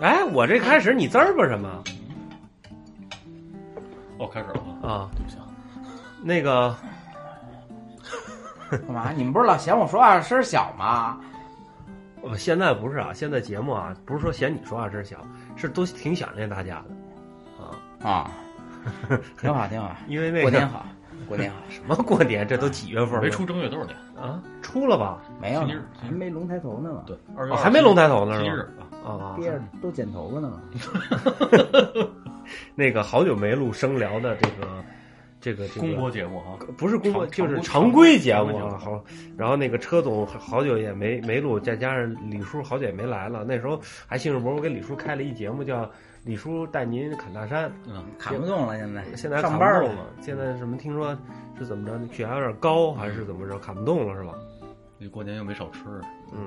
哎我这开始你滋儿吧什么哦，开始了啊！啊？对不起啊，那个干嘛？你们不是老嫌我说话声儿小吗？我现在不是啊，现在节目啊，不是说嫌你说话声小，是都挺想念大家的啊， 啊，挺好，挺好。因为那个过年好，过年好。什么过年，这都几月份了没出正月多少年？啊？出了吧？没有星期日呢，还没龙抬头呢嘛，对，二月哦，二十还没龙抬头呢星期是日吧？啊，啊啊，憋着都剪头发呢嘛。那个好久没录声聊的这个这个这个公播节目啊，不是公播，常就是常常规规节目常规节目啊。好，然后那个车总好久也没没录，再加上李叔好久也没来了。那时候还兴致勃勃给李叔开了一节目，叫《李叔带您侃大山嗯，砍不动了，现在》。现在上砍班嗯不儿动了，现在什么听说是怎么着？血压有点高还是怎么着？砍不动了是吧？你过年又没少吃，嗯，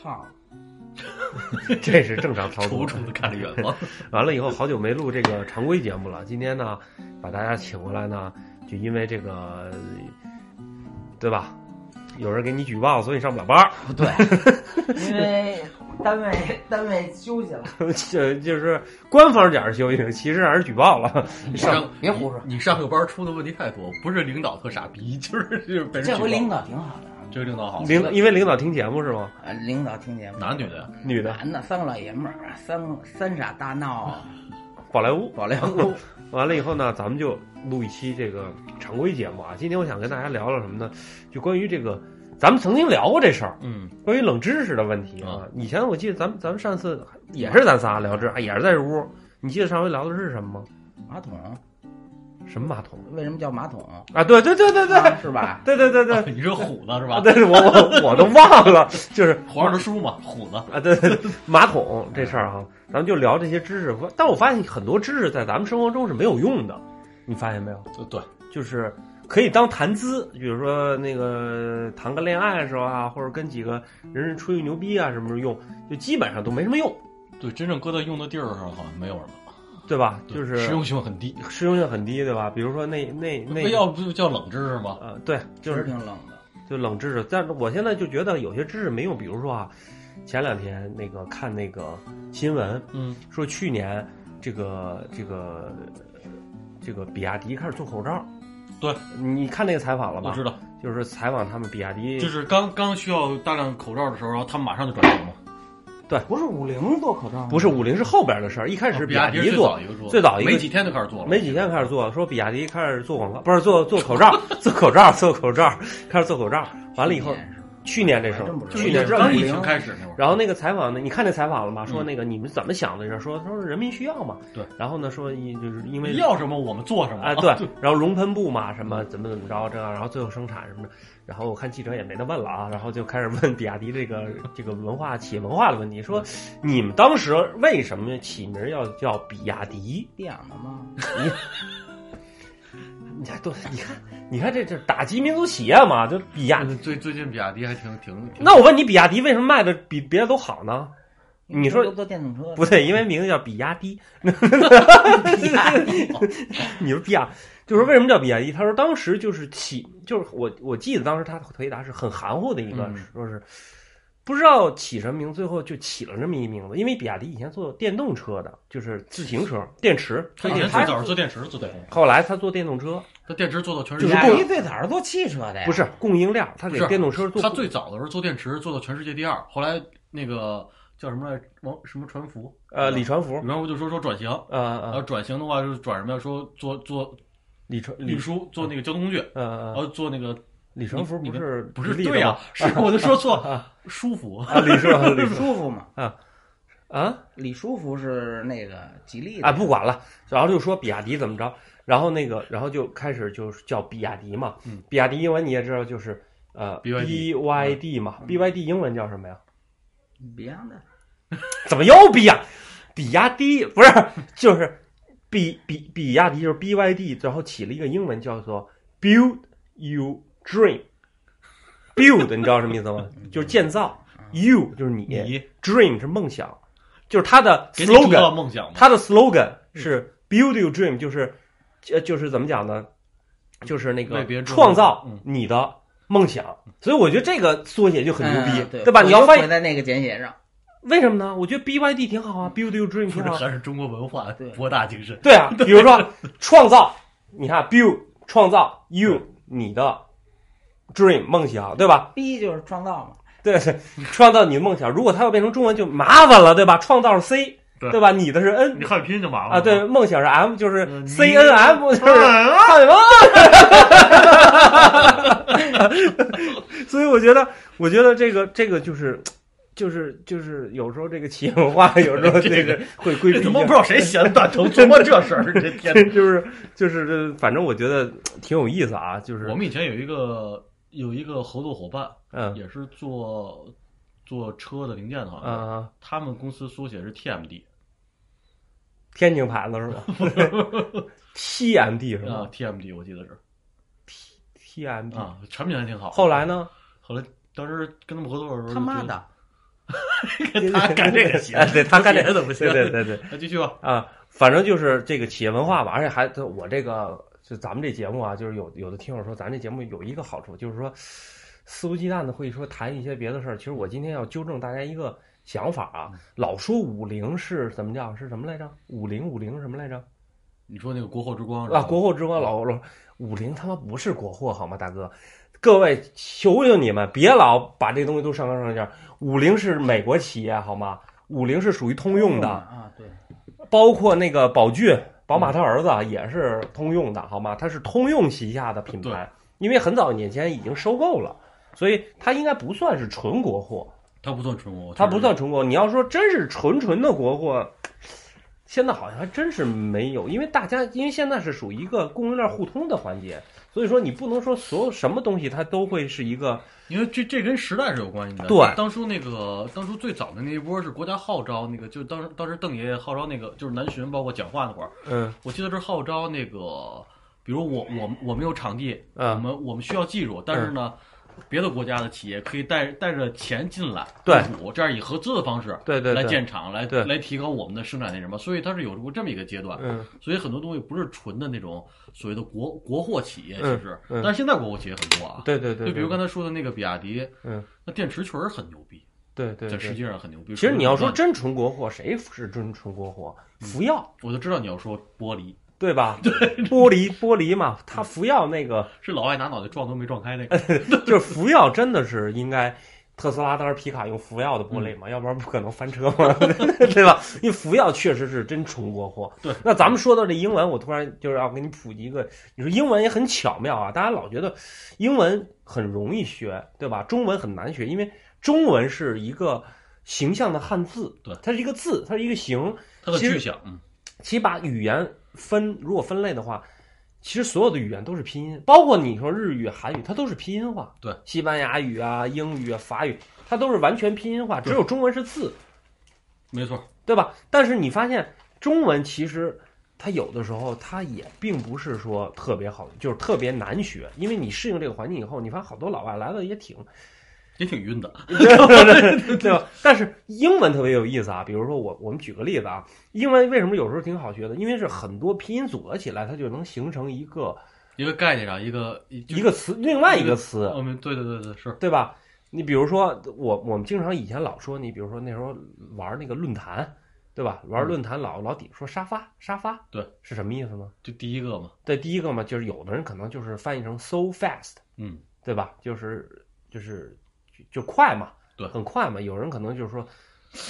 胖了。这是正常操楚 作。楚 的看着远方。完了以后，好久没录这个常规节目了。今天呢，把大家请过来呢，就因为这个，对吧？有人给你举报，所以上 不了班儿。 对，因为单位单位休息了。就就是官方讲是休息，其实让人举报了。上别胡说你你上个班出的问题太多，不是领导特傻逼，就是 就是被人这回举报领导挺好的啊，这个领导好，领因为领导听节目是吗？呃领导听节目，男女的呀， 女的，男的三个老爷们儿，三三傻大 闹宝莱坞。宝 莱坞。完了以后呢，咱们就录一期这个常规节目啊。今天我想跟大家聊聊什么呢？就关于这个，咱们曾经聊过这事儿，嗯，关于冷知识的问题啊。以前我记得咱们咱们上次也是咱仨聊这，哎也是在这屋。你记得上回聊的是什么吗？马桶什么马桶为什么叫马 桶？啊？对对对对对啊是吧？对对对对啊，你是虎子是吧？对，我我我都忘了，就是皇上的书嘛，虎子。啊，对对对，马桶这事儿哈，咱们就聊这些知识。但我发现很多知识在咱们生活中是没有用的，你发现没有？对对，就是可以当谈资，比如说那个谈个恋爱的时候啊，或者跟几个人吹吹牛逼啊，什么时候用，就基本上都没什么用，对，真正搁在用的地儿上好像没有什么，对吧？对就是实用性很低。实用性很低，对吧？比如说那那那那要不就叫冷知识吗？呃，对，就确实是挺冷的。就冷知识。但是我现在就觉得有些知识没用，比如说啊，前两天那个看那个新闻，嗯，说去年这个这个这个比亚迪开始做口罩。对，你看那个采访了我吧？嗯知道，就是采访他们比亚迪，就是刚刚需要大量口罩的时候，然后他们马上就转型嘛。不是五菱做口罩吗不是五菱是后边的事儿，一开始哦比亚迪迪是最做早，一个做，最早一个没几天就开始做了，没几天开始做，说比亚迪开始做广告，不是做做口罩， 做口罩，做口罩，开始做口罩。完了以后，去年这时哎还真候不，知就道去是年知道刚疫情开始那会儿，然后那个采访呢，你看那采访了吗？说嗯那个你们怎么想的这事儿？说说人民需要嘛。对。然后呢，说一就是因为要什么我们做什么啊，对，然后熔喷布嘛，什么怎么怎么着，这样，然后最后生产什么的，然后我看记者也没得问了啊，然后就开始问比亚迪这个这个文化企业文化的问题，说你们当时为什么起名要叫比亚迪？电的吗？你看多，你看，你看这这打击民族企业嘛，就比亚迪。嗯最最近比亚迪还挺挺，挺那我问你，比亚迪为什么卖的比别的都好呢？ 你说都坐电动车 不对，因为名字叫比亚迪。你说比亚，就是为什么叫比亚迪？他说当时就是起，就是我我记得当时他回答是很含糊的一个，嗯说是不知道起什么名，最后就起了这么一名字。因为比亚迪以前做电动车的，就是自行车电池推以进前最早是做电池，做电池，后来他做电动车，他电池做到全世就界是雅供迪最早是做汽车的呀，不是供应量，他不给是电动车做他最早的时候做电池做到全世界第二，后来那个叫什么来王什么传福，呃李传福李，传福就说说转型，呃然后呃转型的话就是转什么呀？说做做李传运李输，做那个交通工具，呃然呃后做那个李传福你不是不是吉利的对呀 吗？，是我就说错啊了，舒服。啊李顺李李顺书福嘛？ 啊。李书福是那个吉利的啊，，不管了，然后就说比亚迪怎么着，然后那个，然后就开始就是叫比亚迪嘛，嗯比亚迪英文你也知道就是呃 BYD Y D 嘛、b 嗯 Y D 英文叫什么呀？别的怎么又比呀？比亚迪不是就是比比比亚迪就是 B Y D，然后起了一个英文叫做 Build You Dream。Build 你知道什么意思 吗？就是建造，You 就是你嗯你 d r e a m 是梦想，就是它的给你制 slogan 造。梦想 嘛，它的 slogan 嗯是 “Build Your Dream”，就是，呃，就是怎么讲呢？就是那为个别人创造嗯你的梦想。所以我觉得这个缩写就很牛嗯逼，对哎吧？我你要就翻回译在那个简写上，为什么呢？我觉得 BYD 挺好啊，Build Your Dream 说挺这好啊。还是中国文化对博大精深。对啊，比如说 创造，你看 Build 创造 You 嗯你的 Dream 梦想，对吧？ B 就是创造嘛，对， 是创造你的梦想。如果它要变成中文就麻烦了，对吧？创造是 C，对对吧？你的是 N 你汉语拼音就麻烦了啊，对，，梦想是 M，就是嗯你 C N M，就是 哎呀看什么？所以我觉得，我觉得这个这个就是。就是就是有时候这个企业文化，有时候这 个会规避这一下他妈不知道谁闲的，成琢磨这事儿，这天哪！就是就是，反正我觉得挺有意思啊，就是 我们以前有一个有一个合作伙伴，嗯也是做做车的零件的，好像是啊，他们公司缩写是 TMD 天津牌子是 吧？TMD 是啊吧，TMD 我记得是？TMD 啊，产品还挺好。嗯后来呢？，后来当时跟他们合作的时候，他妈，的， 他干这个行对 他干这个怎么行对？对对对，那继续吧，啊，反正就是这个企业文化吧，而且还我这个就咱们这节目啊，就是有有的听友说咱这节目有一个好处，就是说肆无忌惮的会说谈一些别的事儿。其实我今天要纠正大家一个想法啊，老说五菱是怎么叫是什么来着？五菱五菱什么来着？你说那个国货之光是吧啊，国货之光老老五菱他妈不是国货好吗，大哥？各位，求求你们别老把这东西都上纲上线儿。五菱是美国企业好吗？五菱是属于通用的，啊，对，包括那个宝骏，宝马他儿子啊也是通用的，好吗？它是通用旗下的品牌，因为很早年前已经收购了，所以它应该不算是纯国货，它不算纯国货，它不算纯国。你要说真是纯纯的国货，现在好像还真是没有，因为大家因为现在是属于一个供应链互通的环节，所以说你不能说所有什么东西它都会是一个因为这这跟时代是有关系的。对当初那个当初最早的那一波是国家号召那个，就当时当时邓爷爷号召那个，就是南巡包括讲话那会儿，嗯我记得是号召那个，比如我我我们有场地，我嗯们我们需要技术，但是呢。别的国家的企业可以带带着钱进来，对入股，这样以合资的方式对对来对建厂，来对来提高我们的生产那什么，所以它是有过这么一个阶段。嗯所以很多东西不是纯的那种所谓的国国货企业，其嗯实，嗯但是现在国货企业很多啊。对对对，就比如对刚才说的那个比亚迪，嗯，那电池确实很牛逼，对对在世对。界上很牛逼。其实你要说除了真纯国货，谁是真纯国货？嗯福耀，我就知道你要说玻璃对 吧？对，玻璃玻璃嗯嘛，它福耀那个是老外拿脑袋撞都没撞开那个，哎就是福耀，真的是应该特斯拉当时皮卡用福耀的玻璃嗯嘛，要不然不可能翻车嘛， 对吧？因为福耀确实是真纯国货。对，那咱们说到这英文，我突然就是要给你普及一个，你说英文也很巧妙啊，大家老觉得英文很容易学，对吧？中文很难学，因为中文是一个形象的汉字，对它是一个字，它是一个形，它很其实具象。嗯，其实把语言分如果分类的话，其实所有的语言都是拼音，包括你说日语、韩语，它都是拼音化。对，西班牙语啊、英语啊、法语，它都是完全拼音化，只有中文是字，没错，对吧？但是你发现中文其实它有的时候它也并不是说特别好，就是特别难学，因为你适应这个环境以后，你发现好多老外来了也挺 也挺晕的。 对吧？但是英文特别有意思啊，比如说我我们举个例子啊，英文为什么有时候挺好学的？因为是很多拼音组合起来，它就能形成一个一个概念上，一个一，个词，另外一个就词，嗯，对对对对，是对吧？你比如说我我们经常以前老说你，比如说那时候玩那个论坛，对吧？玩论坛老老底说沙发沙发，对，是什么意思呢？就第一个嘛。对，第一个嘛，就是有的人可能就是翻译成 so fast，嗯，对吧？就是就是就就快嘛，对很快嘛。有人可能就是说，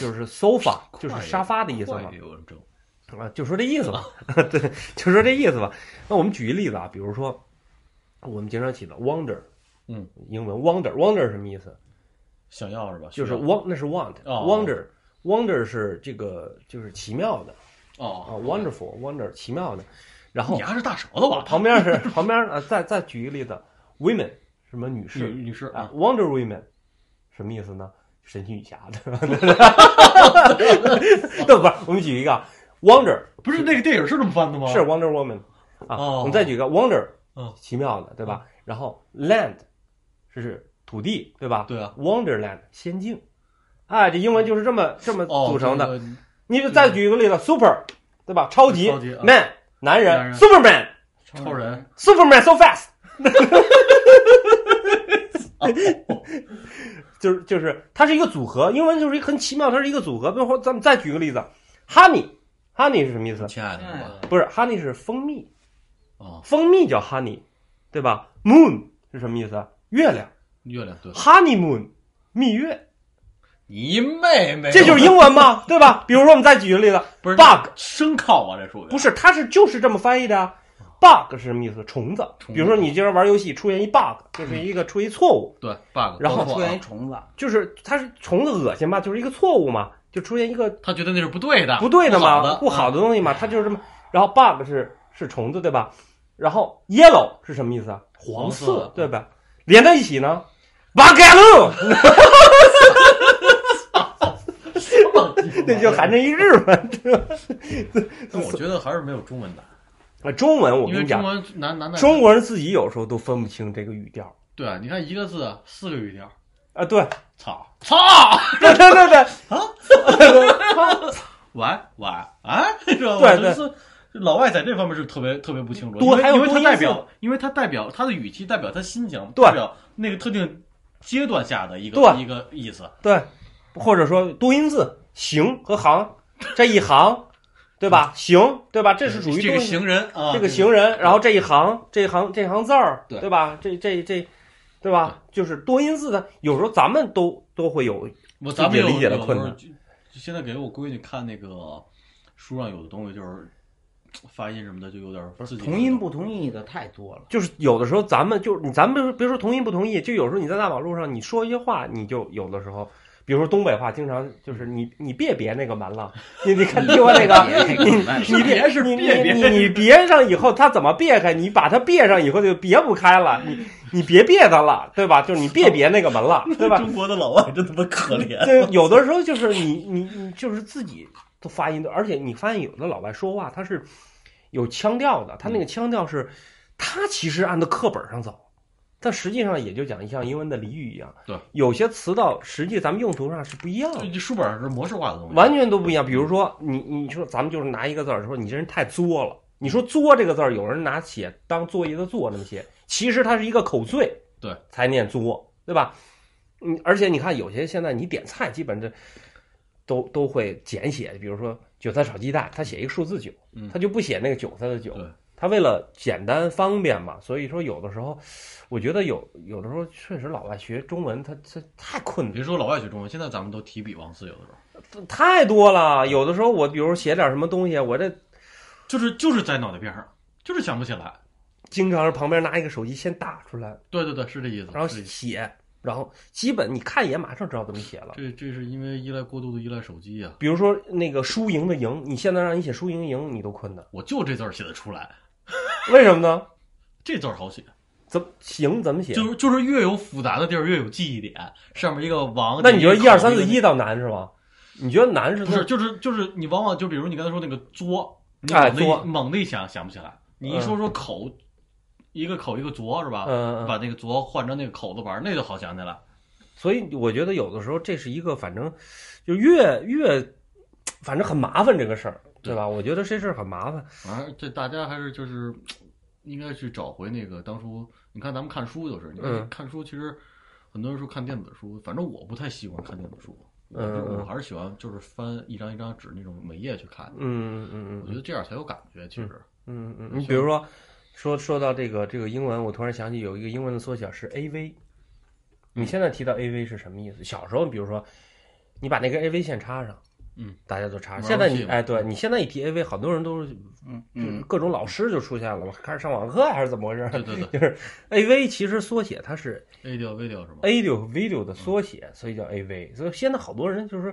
就是 sofa，就是快沙发的意思快嘛也，有人争，啊，就说这意思吧， 对，就说这意思吧。那我们举一例子啊，比如说我们经常起的 wonder，嗯，英文 wonder，wonder 是什么意思？想要是吧？就是需要 want，那是 want，wonder、哦 wonder 是这个就是奇妙的啊哦， ，wonderful，wonder 奇妙的，然后你还是大舌头吧？旁边是旁边啊，再再举一个例子，women 什么女女士女士啊，Wonder Woman 什么意思呢？神奇女侠对 吧？那不是，我们举一个啊 Wonder 不是那个电影是这么翻的吗？是 Wonder Woman 啊，哦我们再举一个 Wonder，嗯奇妙的对吧？然后 Land 是土地对吧？对啊， Wonderland 仙境，哎，这英文就是这么这么哦，呃组成的。这个嗯你就再举一个例子，Super 对吧？超级超级啊 Man 男男人人 Superman 超人， Superman so fast。就是就是它是一个组合，英文就是一个很奇妙，它是一个组合。比如说，咱们再举个例子，honey，honey 是什么意思？亲爱的，亲爱的不是 honey 是蜂蜜，哦，蜂蜜叫 honey，对吧？moon 是什么意思？月亮月亮对， ，honeymoon，蜜月，你妹妹，这就是英文嘛，对吧？比如说，我们再举个例子不是，bug 生靠啊，这属于不是，它是就是这么翻译的啊。bug 是什么意思？虫子。虫子比如说，你今儿玩游戏出现一 bug，就是一个出现一错误，对 bug，然后包出括啊现一虫子，就是它是虫子恶心嘛，就是一个错误嘛，就出现一个他觉得那是不对的，不对的嘛，啊不好的嗯不好的东西嘛，它就是这么。然后 bug 是是虫子对吧？然后 yellow 是什么意思啊？黄黄色色对吧？连在一起呢，bug 那就含着一日文。但我觉得还是没有中文难，啊中文我因跟为你中讲，文难难在中国人自己有时候都分不清这个语调对啊，你看一个字四个语调，啊。对，操操， 对对对对，啊晚晚啊，是吧？对我觉得是老外在这方面是特别特别不清楚，多因为还有因为多他音代字表，因为他代表他的语气代表他心情，对代表那个特定阶段下的一个对一个意思， 对，或者说多音字“行”和“行”这一行，对嗯吧？“行”对吧？这是属于这多个音行人啊，这个行人，然后这一行这一行这一行字儿，对对吧？这这这，对吧？就是多音字的，有时候咱们都都会有我咱们有理解的有困时候难就就现在给我闺女看那个书上有的东西，就是发音什么的，就有点自己同音不同义的太多了。就是有的时候咱们就是你，咱们别说别说同意不同意，就有时候你在大马路上你说一些话，你就有的时候，比如说东北话，经常就是你你别别那个蛮了，你 你看听过那 个，你 你别是你别别你你你别上以后，它怎么别开？你把它别上以后就别不开了，你你别别它了，对吧？就是你别别那个门了，对吧？中国的老外 真他妈可怜。对，有的时候就是你你你就是自己都发音的，而且你发现有的老外说话他是有腔调的，他那个腔调是，他其实按照课本上走，但实际上也就讲像英文的俚语一样，对，有些词到实际咱们用途上是不一样的，这书本上是模式化的东西，完全都不一样。比如说你你说咱们就是拿一个字儿说你这人太作了，你说作这个字儿，有人拿写当作业的作那么写，其实它是一个口碎，对，才念作，对吧？嗯，而且你看有些现在你点菜，基本这都都会简写，比如说韭菜炒鸡蛋，他写一个数字九嗯，他就不写那个韭菜的韭对。他为了简单方便嘛，所以说有的时候，我觉得有有的时候确实老外学中文他他太困难了别说老外学中文，现在咱们都提笔忘字，有的时候太多了。有的时候我比如写点什么东西，我这就是就是在脑袋边上，就是想不起来。经常是旁边拿一个手机先打出来，对对对，是这意思。然后是写，然后基本你看一眼马上知道怎么写了。这这是因为依赖过度的依赖手机呀、啊比如说那个输赢的赢，你现在让你写输赢赢，你都困难，我就这字儿写得出来，为什么呢？这字儿好写，怎么赢怎么写？就是就是越有复杂的地儿越有记忆点，上面一个王。那你觉得底一下二口三四个一倒难是吧？你觉得难是不是，就是就是你往往就比如你刚才说那个啊作，嗯你哎猛的作一猛的一想想不起来，你一说说口，一个口一个作是吧？嗯嗯把那个作换成那个口字旁，那就好想起来。所以我觉得有的时候这是一个，反正就越越，反正很麻烦这个事儿，对吧？我觉得这事儿很麻烦。反正这大家还是就是应该去找回那个当初，你看咱们看书就是，你嗯看看书其实很多人说看电子书，反正我不太喜欢看电子书，我就嗯嗯我还是喜欢就是翻一张一张纸那种每页去看，嗯嗯嗯我觉。得这样才有感觉。其实嗯嗯，你比如说，说说到这个这个英文，我突然想起有一个英文的缩小是 AV。你现在提到 AV 是什么意思？小时候，比如说，你把那个 AV 线插上，嗯，大家都插。玩现在游戏你嘛嗯哎，对你现在一提 AV，好多人都是嗯就是嗯，各种老师就出现了，我开始上网课啊还是怎么回事？对对对就是 AV 其实缩写它是，A 调 V 调是吗？ audio 和 video 的缩写，所以叫 AV。所以现在好多人就是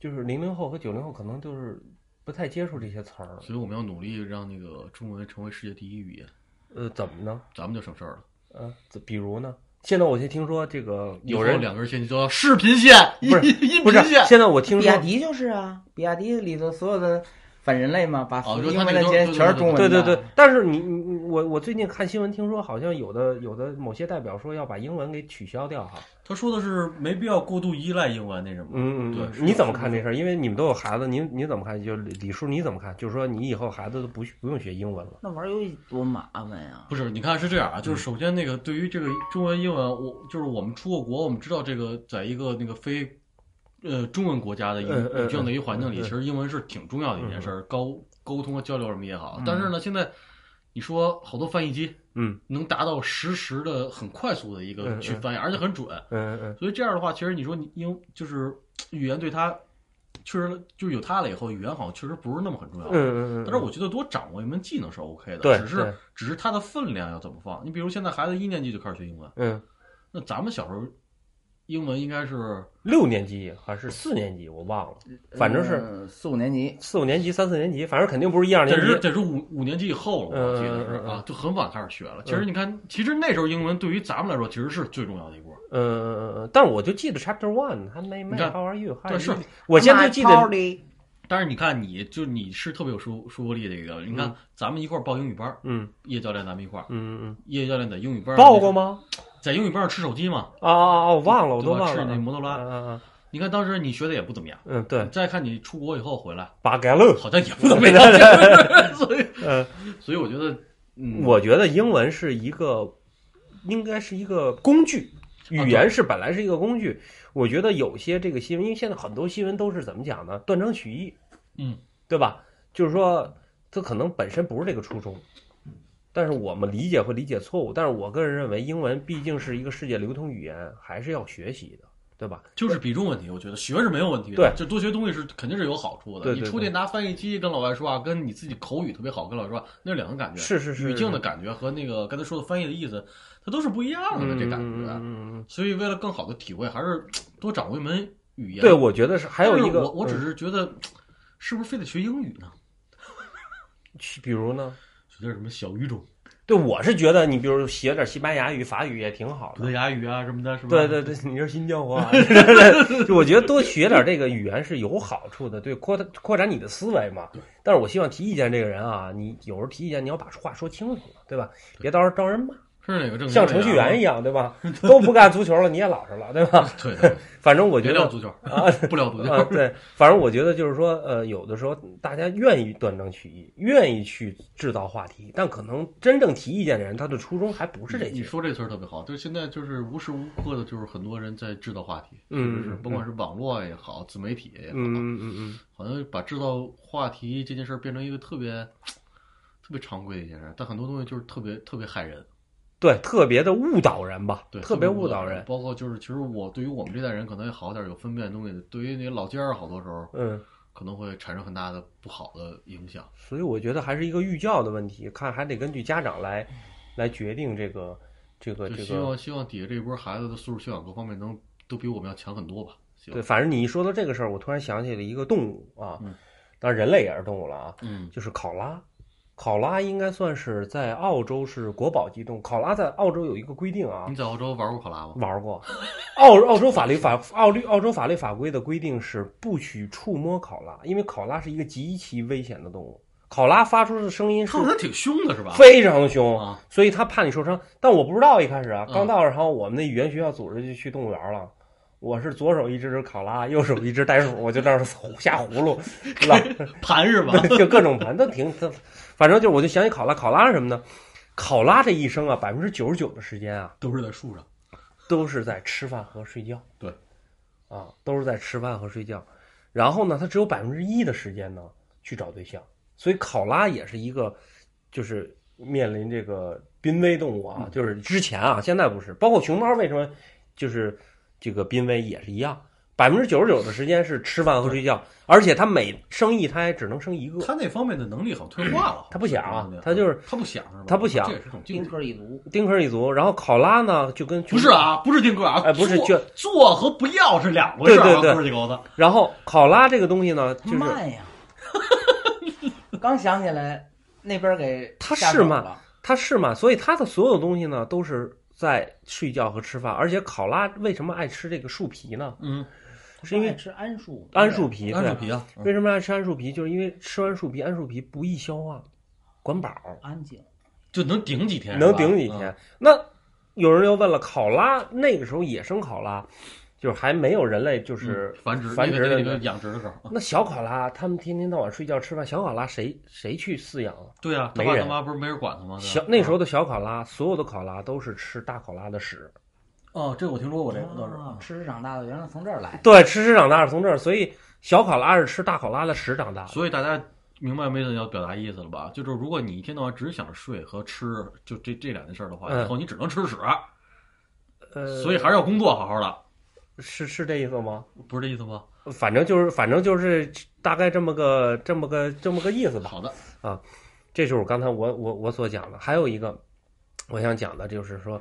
就是零零后和九零后可能就是不太接触这些词儿。所以我们要努力让那个中文成为世界第一语言，呃，怎么呢？咱们就省事儿了。呃，怎比如呢？现在我就听说这个有以人后两根线就叫视频线，不是音音不是频线，。现在我听比说亚，迪就是啊，比亚迪里头所有的反人类嘛，把哦就所有是英他文那的种街对对全是对中文对的。对对，但是你你你我我最近看新闻听说，好像有的有的某些代表说要把英文给取消掉哈，他说的是没必要过度依赖英文那什么。嗯，对嗯是嗯，你怎么看这事儿？因为你们都有孩子，您您怎么看？就李李叔，你怎么看？就是说，你以后孩子都不不用学英文了。那玩游戏多麻烦呀！不是，你看是这样啊，嗯就是首先那个对于这个中文英文，我就是我们出过国，我们知道这个在一个那个非呃中文国家的一嗯嗯个这样的一个环境嗯里，嗯其实英文是挺重要的一件事儿，高沟通和交流什么也好。但是呢，现在你说好多翻译机嗯能达到实时的、很快速的一嗯个嗯去翻译，而且很准。嗯嗯所以这样的话，其实你说你英就是语言对他确实就有它了以后，语言好像确实不是那么很重要。嗯嗯嗯。但是我觉得多掌握一门技能是 OK 的，对只对是只是它的分量要怎么放。你比如现在孩子一年级就开始学英文，嗯那咱们小时候英文应该是六年级还是四年级，我忘了，反正是呃四五年级，四五年级、三四年级，反正肯定不是一二年得是级。得是五五年级以后了，我记得是嗯嗯嗯嗯啊，就很晚开始学了。其实你看，其实那时候英文对于咱们来说其实是最重要的一波。嗯嗯嗯嗯。但是我就记得 Chapter One，他没没你看 How are you？对是，我现在就记得，得，但是你看你，就你是特别有说说服力的一个。你看咱们一块儿报英语班儿，嗯叶教练咱们一块儿，嗯嗯叶教练在英语班嗯，儿报过吗？在英语班上吃手机嘛，啊啊啊！我忘了，我对都吧忘吃那了。摩托罗啊拉。啊啊！你看当时你学的也不怎么样，嗯，对，再看你出国以后回来，八改了。好像也不怎 么样。所以，嗯，所以我觉得，嗯，我觉得英文是一个，应该是一个工具，啊语言是本来是一个工具。我觉得有些这个新闻，因为现在很多新闻都是怎么讲呢？断章取义，嗯，对吧？就是说，它可能本身不是这个初衷，但是我们理解会理解错误。但是我个人认为，英文毕竟是一个世界流通语言，还是要学习的，对吧？就是比重问题，我觉得学是没有问题的，对就多学东西是肯定是有好处的。对对你出去拿翻译机跟老外说话，啊跟你自己口语特别好跟老外说话，啊那是两个感觉，是是是，语境的感觉和那个刚才说的翻译的意思，它都是不一样的、嗯这感嗯觉。啊嗯嗯所以为了更好的体会，还是多掌握一门嗯语言。对，我觉得是还有但是一个，我我只嗯是觉得，是不是非得学英语呢？去比如呢，学点什么小语种、对我是觉得你比如学点西班牙语、法语也挺好的葡萄。牙语啊什么的，是吧？对对对，你是新疆 话，就我觉得多学点这个语言是有好处的，对扩大扩展你的思维嘛。但是我希望提意见这个人啊，你有时候提意见你要把话说清楚了，对吧？别到时候招人骂，是哪个正像程序员一样。样，对吧？都不干足球了，你也老实了，对吧？对，对反正 我别觉聊得。足球啊，不聊足球。啊，对，反正我觉得就是说，呃，有的时候大家愿意断章取义，愿意去制造话题，但可能真正提意见的人，他的初衷还不是这你些。说这词儿特别好，就是现在就是无时无刻的，就是很多人在制造话题，嗯就是嗯甭管是啊网络也好，自媒体也好，嗯嗯嗯嗯，好像把制造话题这件事儿变成一个特别特别常规的一件事儿，但很多东西就是特别特别害人，对，特别的误导人吧，对，特特别误导人人。。包括就是，其实我对于我们这代人可能也好点儿，有分辨的东西，对于那老尖儿，好多时候嗯，可能会产生很大的不好的影响。所以我觉得还是一个寓教的问题，看还得根据家长来来决定这个这个就这希个。望希望底下这一波孩子的素质修养各方面能都比我们要强很多吧。希望对，，反正你一说到这个事儿，我突然想起了一个动物啊嗯，当然人类也是动物了啊，嗯，就是考拉。考拉应该算是在澳洲是国宝级动物。考拉在澳洲有一个规定啊你，在澳洲玩过考拉吗？玩过。澳澳洲法律法澳律澳洲法律法规的规定是不许触摸考拉，因为考拉是一个极其危险的动物。考拉发出的声音是他好像挺凶的是吧？非常凶，啊，所以他怕你受伤。但我不知道一开始啊，嗯刚到，然后我们那语言学校组织就去动物园了。我是左手一只考拉， 右手一只袋鼠，我就这样瞎葫芦，老盘是吧？就各种盘都挺，都反正就我就想起考拉，考拉是什么呢？考拉这一生啊，百分之九十九的时间啊， 都是在树上。都是在吃饭和睡觉。对，啊，都是在吃饭和睡觉。然后呢，他只有百分之一的时间呢去找对象，所以考拉也是一个，就是面临这个濒危动物啊，嗯就是之前啊，现在不是，包括熊猫为什么就是这个濒危也是一样。百分之九十九的时间是吃饭和睡觉，而且它每生一胎只能生一个，他那方面的能力好像退化了。他不想啊好像他就是他不想是吧？他不想这也是种丁境界。克一族，丁克一族。然后考拉呢，就跟不是啊，不是丁克啊，哎不是做就做和不要是两回事对啊，对对不是这狗子。然后考拉这个东西呢，就是慢呀！刚想起来，那边给他吓是走慢了，它是嘛，所以它的所有东西呢都是在睡觉和吃饭，而且考拉为什么爱吃这个树皮呢？嗯，是因为他爱吃桉树，桉树皮，桉对树皮啊，为什么爱吃桉树皮？就是因为吃完树皮，桉树皮不易消化，管饱，啊安静。就能顶几天，能顶几是吧。嗯天。那有人又问了，考拉那个时候野生考拉，就是还没有人类就是嗯繁殖繁殖那的个那个养殖的时候，啊那小考拉，他们天天到晚睡觉吃饭，小考拉谁谁去饲养啊？对啊，他没爸他人妈不是没人管他吗？对吧嗯小那时候的小考拉，所有的考拉都是吃大考拉的屎，哦，这我听说过这个倒是。啊吃长大的原来从这儿来。对，吃屎长大是从这儿，所以小考拉是吃大考拉的屎长大的。所以大家明白梅森要表达意思了吧？就是如果你一天到晚只想着睡和吃，就这这两件事儿的话，嗯以后你只能吃屎，啊呃，所以还是要工作好好的，是是这意思吗？不是这意思吗？反正就是反正就是大概这么个这么个这么个意思吧。好的，这就是我刚才我我我所讲的。还有一个我想讲的就是说，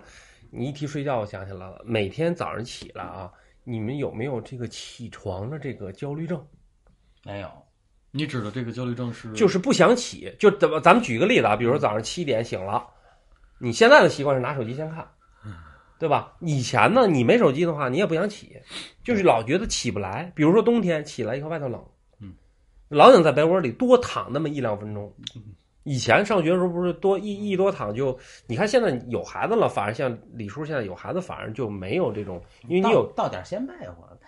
你一提睡觉，我想起来了，每天早上起来啊，你们有没有这个起床的这个焦虑症？没有，你指的这个焦虑症是就是不想起，嗯就怎么咱们举个例子啊，比如说早上七点醒了，你现在的习惯是拿手机先看，嗯对吧？以前呢，你没手机的话，你也不想起，就是老觉得起不来。比如说冬天起来以后外头冷，嗯，老想在被窝里多躺那么一两分钟。嗯以前上学的时候不是多一一多躺就，你看现在有孩子了，反而像李叔现在有孩子，反而就没有这种，因为你有到到点儿先拜我，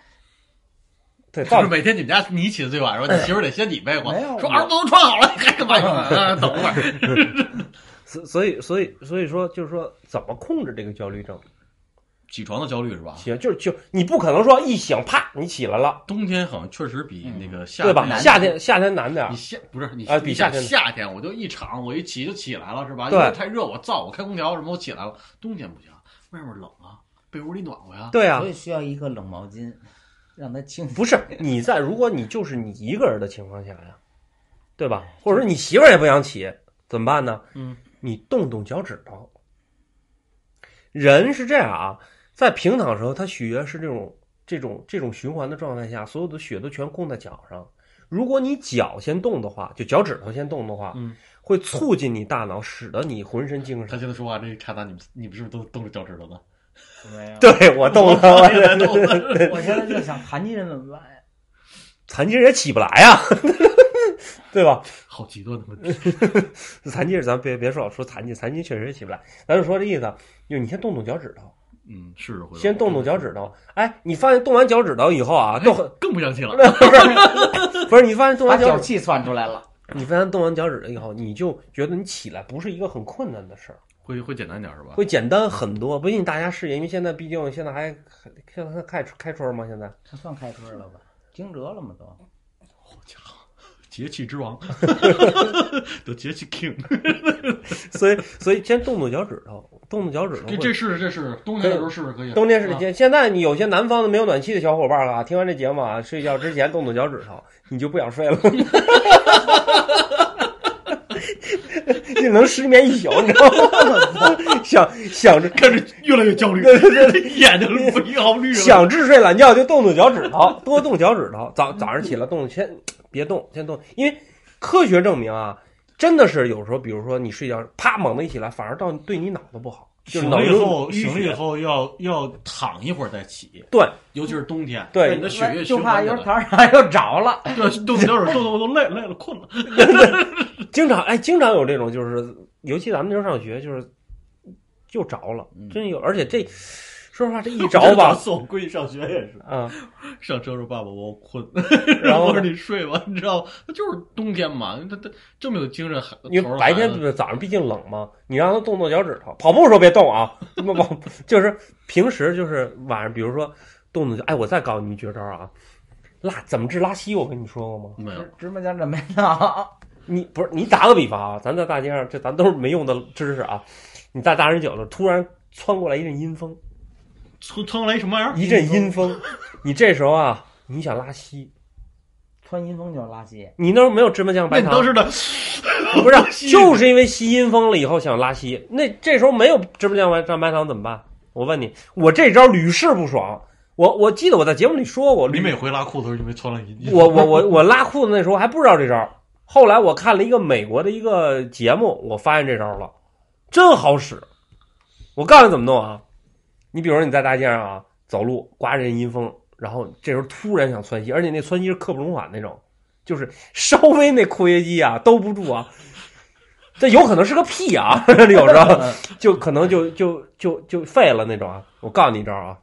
对就到哎是每天你们家你起的最晚是吧？你媳妇儿得先你呗，我没有说我儿子都穿好了，你还干 嘛呀？等会儿，所所以所以所以说就是说怎么控制这个焦虑症。起床的焦虑是吧？行，啊就是就你不可能说一醒啪你起来了，冬天好像确实比那个夏对天吧？难夏天夏天难点儿你，夏不是你啊比你想夏天夏天我就一场，我一起就起来了是吧？对因为太热，我燥，我开空调什么，我起来了。冬天不行，外面冷啊，被窝里暖和呀。对啊所，以需要一个冷毛巾，让它清。不是你在如果你就是你一个人的情况下呀，对吧？或者说你媳妇儿也不想起，怎么办呢？嗯，你动动脚趾头。人是这样啊，在平躺时候，他血液是这种这种这种循环的状态下，所有的血都全供在脚上。如果你脚先动的话，就脚趾头先动的话，嗯，会促进你大脑，使得你浑身精他神。现在说话这一看他，你们你们是不是都动着脚趾 头呢？啊没有，对我动了，我 也在动了。我现在就想残疾人怎么办呀？残疾人也起不来呀、 对吧？好极端的问题。残疾人咱别别说说残疾，残疾确实起不来。咱就说这意思啊，就是你先动动脚趾头，嗯，是回头先动动脚趾头。哎，你发现动完脚趾头以后哎啊， 都很更不想起了。不是你发现动把完脚脚趾，气窜出来了，你发现动完脚趾头以后，你就觉得你起来不是一个很困难的事儿，会会简单点是吧？会简单很多。不信大家试一下，因为现在毕竟现在还现在开开春嘛，现在他算开春了吧？惊蛰了吗都？节气之 王，的节气 king。所以所以先动动脚趾头，动动脚趾头这会。这是这是冬天的时候试试可以。冬天是啊现现在你有些南方的没有暖气的小伙伴啊，听完这节目啊，睡觉之前动动脚趾头， 你就不想睡了，你能失眠一宿，你知道吗？ 想想着开始越来越焦虑， 眼睛不一毫绿了。想治睡懒觉就动动脚趾头， 多动脚趾头，早早上起来动，先别动，先动，因为科学证明啊，真的是有时候，比如说你睡觉啪猛地一起来，反而到对你脑子不好，就是醒脑了子以后，淤醒了以血，后要要躺一会儿再起，对，尤其是冬天，对让你的血液就循怕环一起会儿来。躺上又着了。 对，动动脚趾动动都累累了，困了。经常哎，经常有这种，就是尤其咱们那时候上学，就是就着了，嗯真有，而且这说实话，这一着吧，送我闺女上学也是。啊， 上车说：“爸爸，我困。”然后 我说：“你睡吧，你知道吗？那就是冬天嘛，他他这么有精神，还因头为儿白天还早上毕竟冷嘛，你让他动动脚趾头，跑步的时候别动啊， 不不，就是平时就是晚上，比如说动动脚，哎，我再告诉你一绝招啊，拉怎么治拉稀，我跟你说过吗？没有芝芝麻酱枕没呢，你不是你打个比方啊，咱在大街上，这咱都是没用的知识啊，你在大人酒了，突然窜过来一阵阴风。窜窜来什么玩意儿？一阵阴风，你这时候啊，你想拉稀，穿阴风就是垃 圾。你那时候没有芝麻酱 白那你当糖，时的 不 是，啊吸就是因为吸阴风了以后想拉稀，那这时候没有芝麻酱白蘸白糖怎么办？我问你，我这招屡试不爽，我我记得我在节目里说过，你屡每回拉裤子的时候就没窜了一。 我 我我我拉裤子那时候还不知道这招，后来我看了一个美国的一个节目，我发现这招了，真好使。我告诉你怎么弄啊，你比如说你在大街上啊走路，刮着阴风，然后这时候突然想窜稀，而且那窜稀是刻不容缓那种，就是稍微那括约肌啊兜不住啊，这有可能是个屁啊， 有时候嗯就可能就就就就废了那种啊。我告诉你一招啊，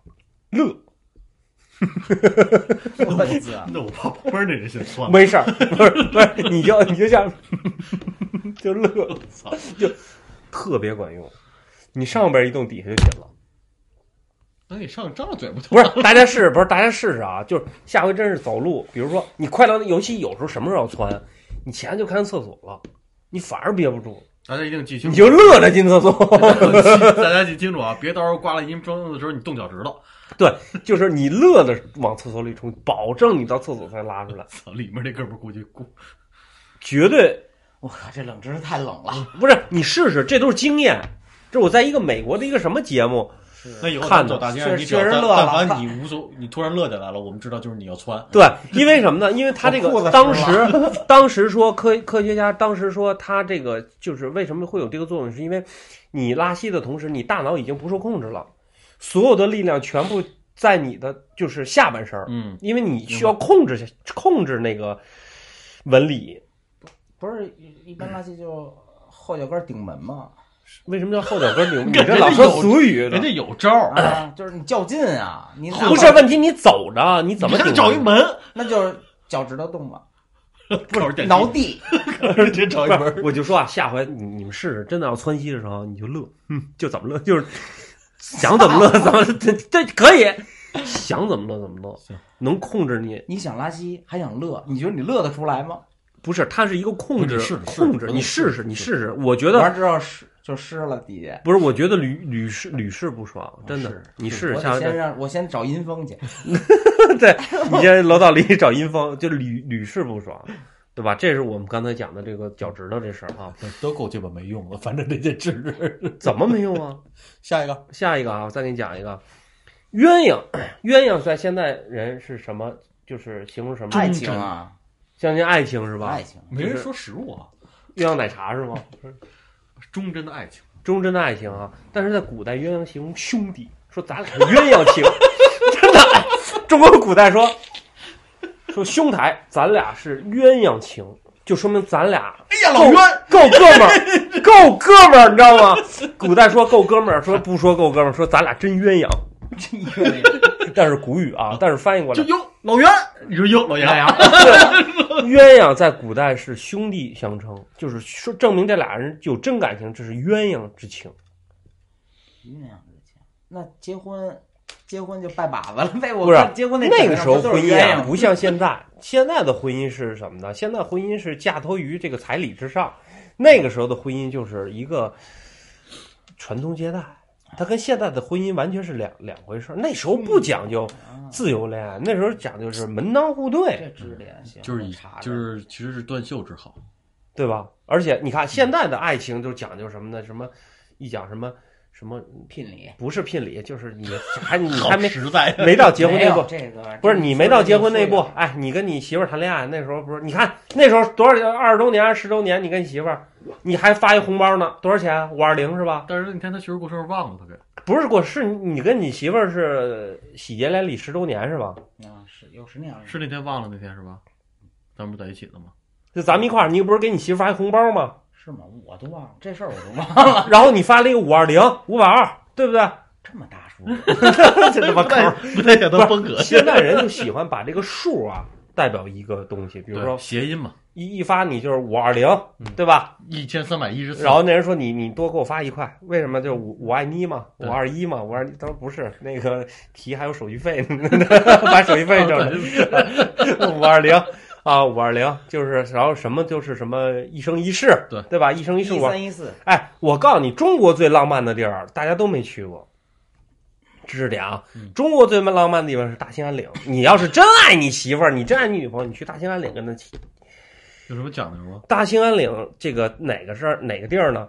乐，我的天啊那我怕旁边那人先算了。没事儿，不是不是，你就你就像就乐，操， 特别管用。你上边一动，底下就紧了。那你上张着嘴不就？不是，大家试，不是大家试试啊！就是下回真是走路，比如说你快到那，尤其有时候什么时候要窜，你前就看厕所了，你反而憋不住，大家一定记清你楚，就乐着进厕所。 大家记清楚啊，别到时候挂了音装的时候你动脚趾头，就是你乐的往厕所里冲，保证你到厕所才拉出来，操，里面那哥们儿估计估绝对 我靠，这冷真是太冷了。不是你试试，这都是经验。这我在一个美国的一个什么节目，那以后看咱走大街上，着你只要确实但乐了但凡看你无所，你突然乐起来了，我们知道就是你要窜。对，因为什么呢？因为他这我裤个子当湿时，当时说科科学家当时说他这个就是为什么会有这个作用，是因为你拉稀的同时，你大脑已经不受控制了，所有的力量全部在你的就是下半身儿，嗯，因为你需要控制下控制那个纹理。不是一一般垃圾就后脚跟顶门嘛，为什么叫后脚 跟拧？你人家这老说有俗语呢，人家有招儿，哎啊，就是你较劲啊，你哪怕不是问题，你走着你怎么你还顶？得找一门，那就是脚趾头动嘛，不是挠地，直接找一不是门。我就说啊，下回你你们试试，真的要窜稀的时候，你就乐，嗯，就怎么乐，就是想怎么乐怎么这这可以，想怎么乐怎么乐行，能控制你你想拉稀还想乐，你觉得你乐得出来吗？不是？它是一个控制不是你试试控制，试你试试试你试试试，我觉得完之后湿就湿了底下。不是，我觉得屡屡试屡试不爽，真的是，你试我试得下先回，让我先找阴风去，对，你先楼道里找阴风，就屡屡试不爽。对吧？这是我们刚才讲的这个脚趾头这事儿 啊，都够鸡巴没用了，反正这件事。怎么没用啊？下一个，下一个啊，我再给你讲一个，鸳鸯， 鸳鸯在现代人是什么？就是形容什么？爱情啊，相信爱情是吧爱？情， 没人说食物啊，鸳鸯奶茶是吗？忠贞的爱情。忠贞的爱情啊，但是在古代，鸳鸯形容兄弟，说咱俩是鸳鸯情， 真的。中国古代说 说兄台，咱俩是鸳鸯情，就说明咱俩哎呀，老冤，够哥们儿，够哥们儿，你知道吗？古代说够哥们儿，说不说够哥们儿，说咱俩真鸳鸯，真鸳鸯，但是古语啊，但是翻译过来就哟，老袁，你说哟，老袁哎呀， 鸳鸯在古代是兄弟相称，就是说证明这俩人有真感情，这是鸳鸯之情。鸳鸯之情。那结婚，结婚就拜把子了呗？我不是看结婚那那个时候都婚是姻鸳啊，鸯不像现在，现在的婚姻是什么呢？现在婚姻是架头于这个彩礼之上，那个时候的婚姻就是一个传宗接代，它跟现在的婚姻完全是两两回事儿。那时候不讲究啊，自由恋爱，那时候讲究是门当户对，这支点行，就是我以查查就是其实是断袖之好，对吧？而且你看现在的爱情都讲究什么呢？什么一讲什么什么聘礼，不是聘礼，就是 你还你好还没实在。没到结婚那没步有，这个不是你没到结婚那步说着，哎，你跟你媳妇儿谈恋爱那时候不是？你看那时候多少二十周年、十周年，你跟你媳妇儿，你还发一红包呢，多少钱？啊五二零是吧？ 但是你看他媳妇过生日忘了，他给不是过是你你跟你媳妇儿是喜结连理十周年是吧？就啊，是有时那样是那天忘了那天是吧？咱们不是在一起的吗？就咱们一块儿，你不是给你媳妇儿发一红包吗？是吗？我都忘了这事儿，我都忘了然后你发了一个五二零、五百二，对 不对？这么 大数，这他妈坑儿！不太想他风格现在人就喜欢把这个数啊代表一个东西，比比如说谐音嘛，一一发你就是五二零，嗯对吧？一千三百一 十四。然后那人说你你多给我发一块，为什么？就是五五爱你嘛，五对二一嘛，五二一。他说不是，那个题还有手续费， 把手续费整 了，五二零啊，五二零就是，然后什么就是什么一生一世，对对吧？一生一一世我三一四，哎，我告诉你，中国最浪漫的地儿大家都没去过，知识点啊嗯，中国最浪漫的地方是大兴安岭。你要是真爱你媳妇儿，你真爱你女朋友，你去大兴安岭跟她去。有什么讲究吗？大兴安岭这个哪个是哪个地儿呢？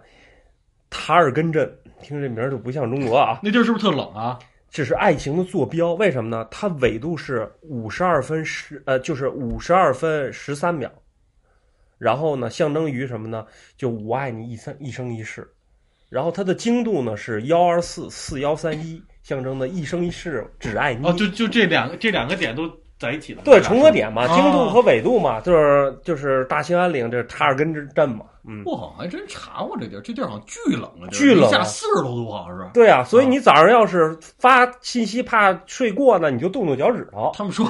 塔尔根镇，听这名儿就不像中国啊。那地儿是不是特冷啊？这是爱情的坐标，为什么呢？它纬度是五十二分十，呃，就是五十二分十三秒。然后呢，象征于什么呢？就我爱你一生一生一世。然后它的经度呢是幺二四四幺三一，象征的一生一世只爱你。哦哦，就就这两个这两个点都在一起的。对，重合点嘛，啊经度和纬度嘛，就是就是大兴安岭这查尔根之战嘛，嗯，我好像还真查过这地儿，这地儿好像巨冷了，巨冷啊零下四十多度，好像是。对啊，所以你早上要是发信息怕睡过呢，你就动动脚趾头。他们说，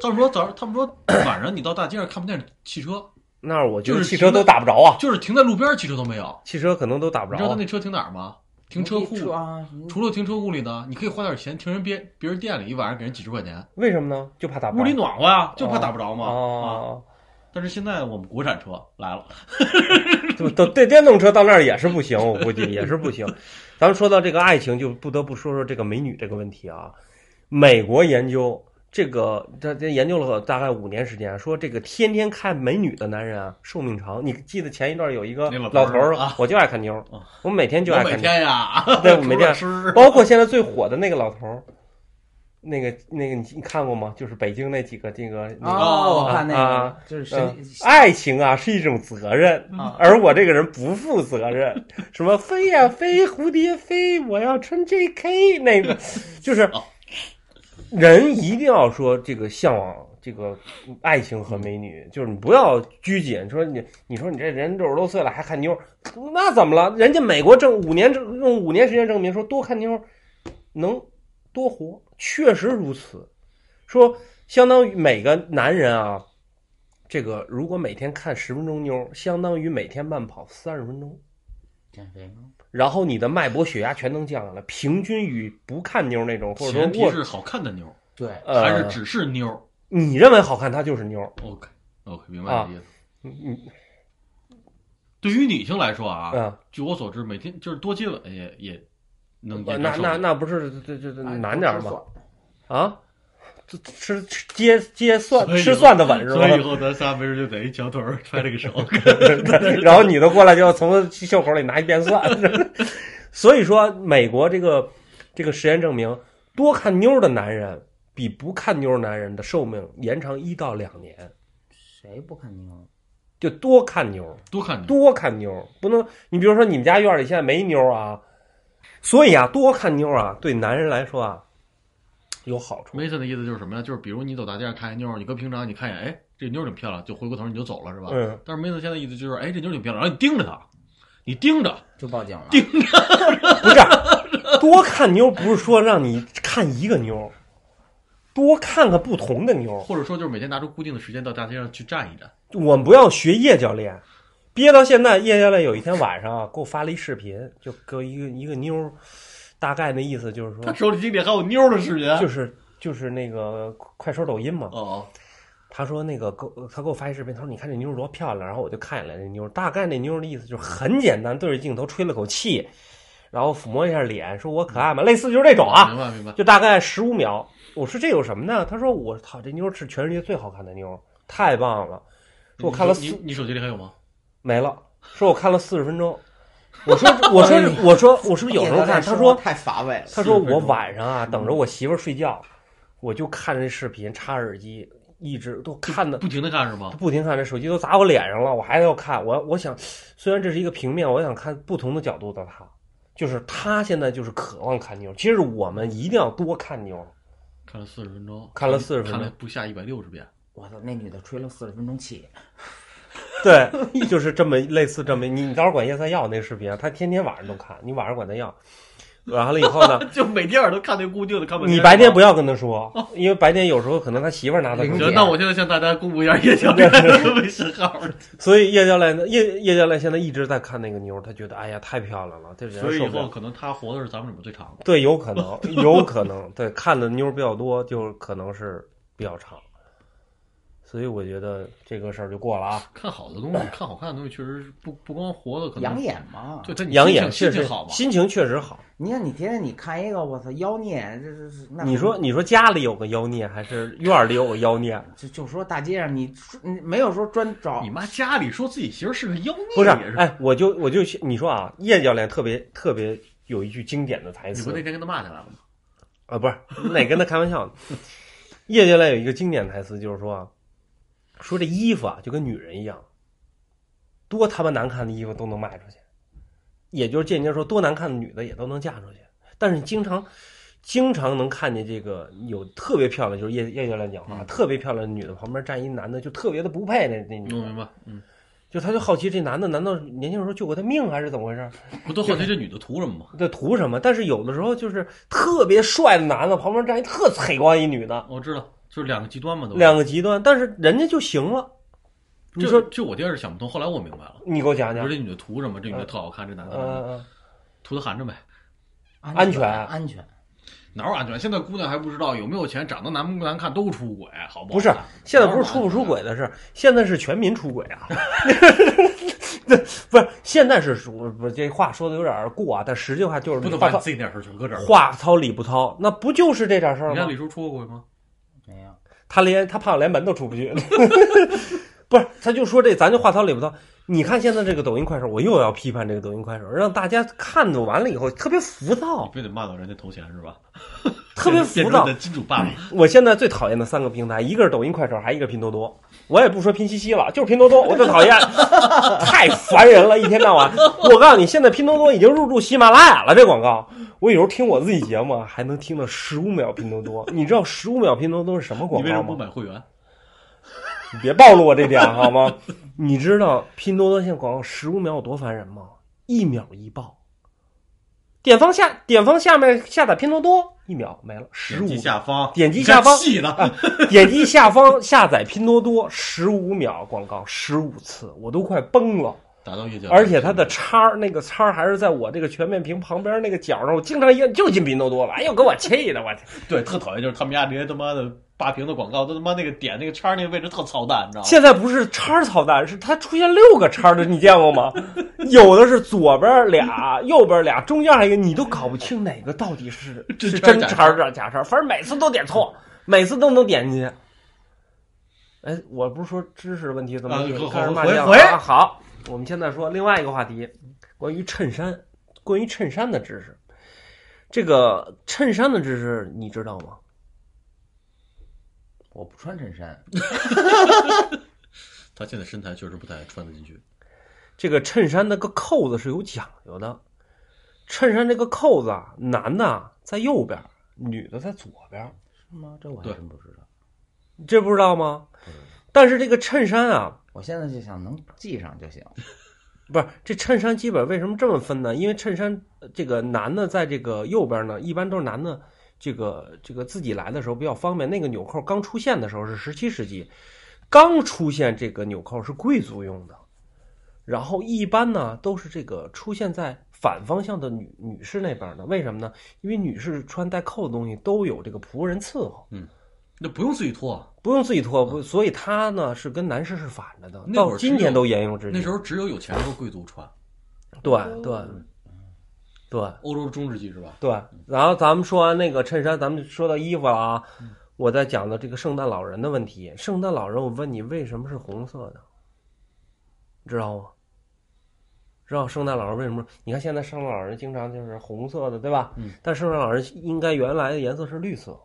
他们说早上，他们说晚上你到大街上看不见汽车，那儿我觉得就是汽车都打不着啊，就是停在路边儿汽车都没有。汽车可能都打不你知着道他啊。那车停哪儿吗？停车库。啊，什么除了停车库里呢，你可以花点钱停人别别人店里，一晚上给人几十块钱，为什么呢？就怕打不屋着。里暖和呀，就怕打不着嘛。啊，哦，但是现在我们国产车来了，就都对电动车到那儿也是不行，我估计也是不 行。咱们说到这个爱情，就不得不说说这个美女这个问题啊。美国研究这个，这这研究了大概五年时间，说这个天天看美女的男人啊，寿命长。你记得前一段有一个那老头老儿头儿啊，我就爱看妞儿，我每天就我爱每看妞儿，天呀，对，我每天爱 吃啊包括现在最火的那个老头儿，那个那个你你看过吗？就是北京那几个这个那个、哦，我看那啊个就是谁爱情啊是一种责任，啊而我这个人不负责任，什么飞呀、飞，蝴蝶飞，我要穿 J.K. 那个，就是人一定要说这个向往这个爱情和美女，就是你不要拘谨，说你你说你这人六十多岁了还看妞，那怎么了？人家美国证五年证用五年时间证明说多看妞能多活，确实如此。说相当于每个男人啊，这个如果每天看十分钟妞，相当于每天慢跑三十分钟，减肥吗？然后你的脉搏、血压全能降下来，平均与不看妞那种或者前说提我是好看的妞，对，呃还是只是妞你认为好看，她就是妞。 ？OK OK，明白你的意思。嗯嗯对于女性来说啊，啊，据我所知，每天就是多接吻也也能那呃延那长寿那命。那不是这这这哎嗯难点儿？多吃吗？蒜啊，这吃吃接接蒜所以吃蒜的吻是所以以吗？后咱仨没事就在一桥头儿揣着个手， 然后女的过来就从袖口里拿一遍蒜。 所以说，美国这个这个实验证明，多看妞的男人比不看妞男人的寿命延长一到两年。谁不看妞？就多看妞，多看点。多看妞，不能你比如说你们家院里现在没妞啊，所以啊，多看妞啊，对男人来说啊有好处。 Mason 的意思就是什么呀？就是比如你走大街上看见妞儿，你搁平常你看一眼，哎，这妞儿挺漂亮，就回过头你就走了，是吧？嗯，但是 Mason 现在意思就是，哎，这妞儿挺漂亮，然后你盯着她，你盯着，就报警了。不是，啊多看妞不是说让你看一个妞，多看看不同的妞。或者说就是每天拿出固定的时间到大街上去站一站。我们不要学叶教练，憋到现在，叶教练有一天晚上啊，给我发了一视频，就给我一个一个妞，大概那意思就是他说，手里经典还有妞儿的视频。嗯就是就是那个快手抖音嘛，哦，他说那个给我他给我发一视频，他说你看这妞儿多漂亮，然后我就看一眼这妞儿，大概那妞儿的意思就是很简单，对着镜头吹了口气，然后抚摸一下脸，说我可爱嗯吗？类似就是这种啊，明白明白。就大概十五秒。我说这有什么呢？他说我操，这妞儿是全世界最好看的妞儿，太棒了。说我看了你四你你手机里还有吗？没了，说我看了四十分钟。我说我哎说我说我是不是有时候看？他说太乏味了。他说40分我钟晚上啊，等着我媳妇儿睡觉，我就看这视频，插耳机，一直都看的不停的看是吗？不停看，这手机都砸我脸上了，我还要看。我我想，虽然这是一个平面，我想看不同的角度的他，就是他现在就是渴望看妞。其实我们一定要多看妞。看了四十分钟，看了40分钟看了不下一百六十遍。 我操，那女的吹了四十分钟气，对，就是这么类似这么你你到时候管叶三要那视频啊，他天天晚上都看，你晚上管他要，完了以后呢，就每天晚上都看那固定的，看你白天不要跟他说，因为白天有时候可能他媳妇儿拿他零手点机行，，那我现在向大家公布一下 叶 小亮的微信号。所以叶教练呢叶叶教练现在一直在看那个妞，他觉得哎呀太漂亮了，这人所以受以不了后。可能他活的是咱们里面最长的。对，有可能，有可能，对，看的妞儿比较多，就可能是比较长，所以我觉得这个事儿就过了啊。看好的东西， 看好看的东西，确实是不不光活的可能养，眼嘛。对，他养眼确心实情好嘛。心情确实好。你看你天天你看一个，我操妖孽，这这这，那你说，你说家里有个妖孽，还是院儿里有个妖孽？就就说大街上你说你没有说专找你妈家里说自己媳妇儿是个妖孽，不是也，哎，我就我就你说啊，叶教练特别特别有一句经典的台你不词那天跟他骂起来了吗？啊，不是，哪跟他开玩笑呢？ 叶教练有一个经典台词，就是说啊，说这衣服啊就跟女人一样，多他妈难看的衣服都能卖出去，也就是间接说多难看的女的也都能嫁出去。但是你经常经常能看见这个有特别漂亮，就是叶叶教练讲话，啊嗯特别漂亮的女的旁边站一男的，就特别的不配那那女我的，明白，嗯，就他就好奇这男的难道年轻时候救过他命还是怎么回事？不都好奇这女的图什么吗？这图什么？但是有的时候就是特别帅的男的旁边站一特采光一女的，我知道，就是两个极端嘛，都是两个极端，但是人家就行了。你这说这我第一开始想不通，后来我明白了，你给我讲我讲说，这女的图什么？这女的特好看，这男嗯的男的嗯嗯，图她含着呗，安全安全，哪有安全？现在姑娘还不知道有没有钱，长得难不难看都出轨，好不好？不是，现在不是出不出啊轨的事儿，现在是全民出轨啊。 这不是，现在是属不这话说的有点儿过啊，但实际话就是不能话把糙自己那点事儿全搁这儿。话糙理不糙，那不就是这点事儿你吗看？李叔出过轨吗？没有他连他怕我连门都出不去， 不是，他就说这咱就话糙理不糙。你看现在这个抖音快手，我又要批判这个抖音快手，让大家看着完了以后特别浮你躁，非得骂到人家头衔是吧？特别变浮成躁你。的金主爸爸， 我现在最讨厌的三个平台，一个是抖音、快手，还一个拼多多。我也不说拼夕夕了，就是拼多多，我最讨厌， 太烦人了，一天到晚。我告诉你，现在拼多多已经入驻喜马拉雅了，这广告。我有时候听我自己节目啊还能听到十五秒拼多多，你知道十五秒拼多多是什么你广为什告么不吗？买会员？你别暴露我这点好吗？ 你知道拼多多现在广告十五秒有多烦人吗？一秒一报。点方下点方下面下载拼多多，一秒没了，十点五击下方，点击下方啊你看气的，点击下方下载拼多多，十五秒广告十五次，我都快崩了。打到月教，而且它的叉儿，那个叉儿还是在我这个全面屏旁边那个角上，我经常一就进拼多多了，哎呦，给我气的，我天！对特讨厌，就是他们家这些他妈的霸屏的广告，都他妈那个点那个叉那个位置特操蛋，你知道吗？现在不是叉儿操蛋，是它出现六个叉儿的，你见过吗？有的是左边俩，右边俩，中间还有一个，你都搞不清哪个到底是 真是叉儿真假叉儿啊假叉儿，反正每次都点错，每次都能点进去。哎，我不是说知识问题，怎么啊开回始骂回街了回啊好，我们现在说另外一个话题，关于衬衫，关于衬衫的知识。这个衬衫的知识你知道吗？我不穿衬衫，他现在身材确实不太穿得进去，这个衬衫那个扣子是有讲究的，衬衫这个扣子啊，男的啊在右边，女的在左边，是吗？这我还对真不知道。你这不知道吗？但是这个衬衫啊，我现在就想能系上就行。不是这衬衫基本为什么这么分呢？因为衬衫呃这个男的在这个右边呢，一般都是男的这个这个自己来的时候比较方便。那个纽扣刚出现的时候是十七世纪，刚出现这个纽扣是贵族用的，然后一般呢都是这个出现在反方向的女女士那边的。为什么呢？因为女士穿带扣的东西都有这个仆人伺候，那不用自己脱啊。不用自己脱，不，所以她呢是跟男士是反着的。那到会儿今只有天都沿用至今。那时候嗯只有有钱人和贵族穿，对对对。欧洲中世纪是吧？对，然后咱们说完那个衬衫，咱们说到衣服了啊。我在讲的这个圣诞老人的问题，圣诞老人，我问你为什么是红色的？你知道吗？知道圣诞老人为什么？你看现在圣诞老人经常就是红色的，对吧？嗯。但圣诞老人应该原来的颜色是绿色。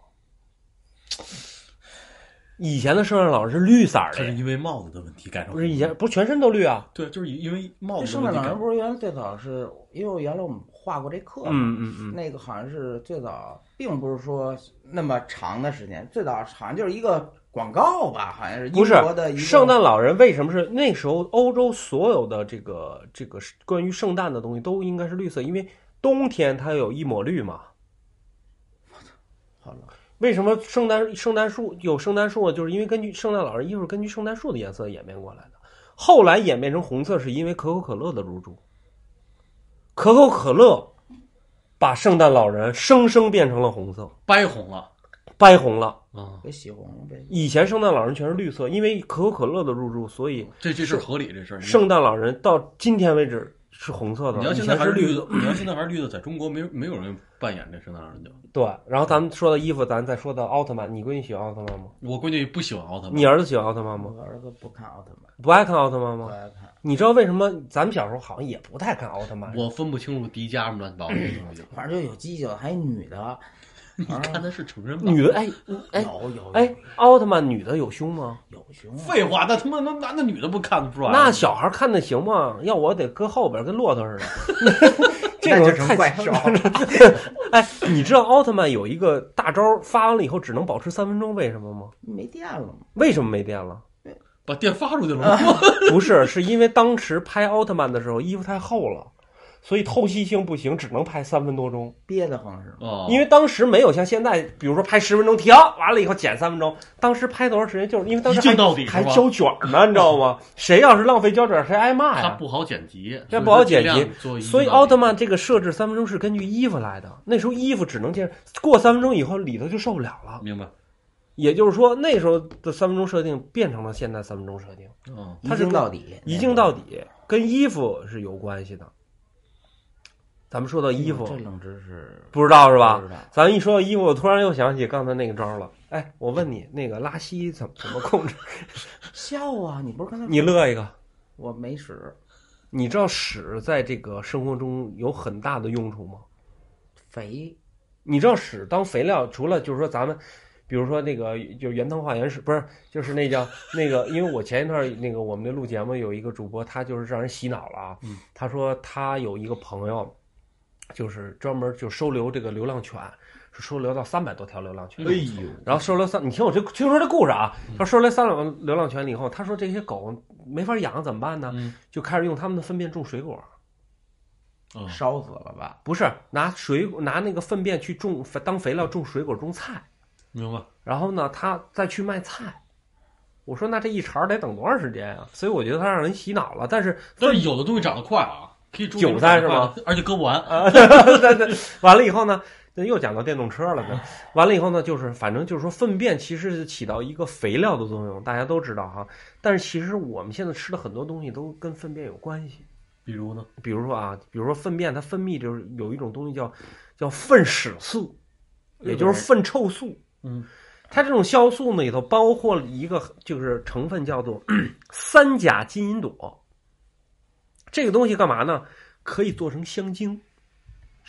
以前的圣诞老人是绿色儿他是的，因为帽子的问题改成不是以前不是全身都绿啊？对，就是因为帽子这的圣问诞题改老人。不是原来最早是因为我原来我们画过这课嘛，嗯嗯嗯，那个好像是最早，并不是说那么长的时间，最早好像就是一个广告吧，好像是英不是国的一个圣诞老人为什么是那时候欧洲所有的这个这个是关于圣诞的东西都应该是绿色，因为冬天它有一抹绿嘛。好了，为什么圣诞圣诞树有圣诞树啊？就是因为根据圣诞老人衣服是根据圣诞树的颜色演变过来的，后来演变成红色是因为可口可乐的入驻，可口可乐把圣诞老人生生变成了红色，掰红了掰红了。啊！给洗红了呗。以前圣诞老人全是绿色，因为可口可乐的入驻，所以这这事儿合理，这事儿。圣诞老人到今天为止是红色的，你要以现在前还是绿的。的，你要现在还是绿的，在中国没没有人扮演这圣诞老人就。对，然后咱们说到衣服，咱再说到奥特曼。你闺女喜欢奥特曼吗？我闺女不喜欢奥特曼，你儿子喜欢奥特曼吗？我儿子不看奥特曼，不爱看奥特曼不吗？爱看，你知道为什么咱们小时候好像也不太看奥特曼？我分不清楚迪迦什么乱七八糟的东西。啊反正就有犄角，还有女的，啊你看他是成人版，女的哎哎有有哎，奥特曼女的有胸吗？有胸啊，废话，那他妈那男的女的不看得出来吗？那小孩看的行吗？要我得搁后边跟骆驼似的。这那种就成太怪兽。 哎，你知道奥特曼有一个大招发完了以后只能保持三分钟，为什么吗？没电了嘛，为什么没电了？把电发出去了啊吗， 不是，是因为当时拍奥特曼的时候衣服太厚了，所以透气性不行，只能拍三分多钟。憋得慌是吗？啊，因为当时没有像现在，比如说拍十分钟停，完了以后剪三分钟。当时拍多长时间，就是因为当时一镜还到底还是吧胶卷呢，你知道 吗？谁要是浪费胶卷，谁挨骂它呀？不好剪辑，这不好剪辑辑所以奥特曼这个设置三分钟是根据衣服来的，那时候衣服只能见过三分钟以后里头就受不了了。明白，也就是说，那时候的三分钟设定变成了现在三分钟设定，嗯，一它是镜到底，一镜到底跟衣服是有关系的。咱们说到衣服，哎嗯这嗯冷知识不知道是是吧？知道咱们一说到衣服，我突然又想起刚才那个招了。哎，我问你，那个拉稀怎么怎么控制？ 笑啊！你不是刚才你乐一个。我没使，你知道屎在这个生活中有很大的用处吗？肥你知道屎当肥料，除了就是说咱们，比如说那个就是原汤化原屎，不是就是那叫那个，因为我前一段那个我们那录节目有一个主播，他就是让人洗脑了啊。嗯他说他有一个朋友，就是专门就收留这个流浪犬，是收留到三百多条流浪犬。哎嗯呦，然后收留三，你听我这听说这故事啊，他收留三两流浪犬了以后，他说这些狗没法养怎么办呢？嗯就开始用它们的粪便种水果，嗯烧死了吧？不是拿水果拿那个粪便去种当肥料种水果种菜，明白，然后呢他再去卖菜。我说那这一茬儿得等多长时间啊？所以我觉得他让人洗脑了，但是 但是有的东西长得快啊，可以种韭菜是啊吗？而且割不完，完了以后呢，那又讲到电动车了呢。完了以后呢，就是反正就是说，粪便其实是起到一个肥料的作用，大家都知道哈。但是其实我们现在吃的很多东西都跟粪便有关系，比如呢，比如说啊，比如说粪便它分泌就是有一种东西叫叫粪屎素，也就是粪臭素。嗯，它这种酵素呢里头包括了一个就是成分叫做 三甲金银朵，这个东西干嘛呢？可以做成香精。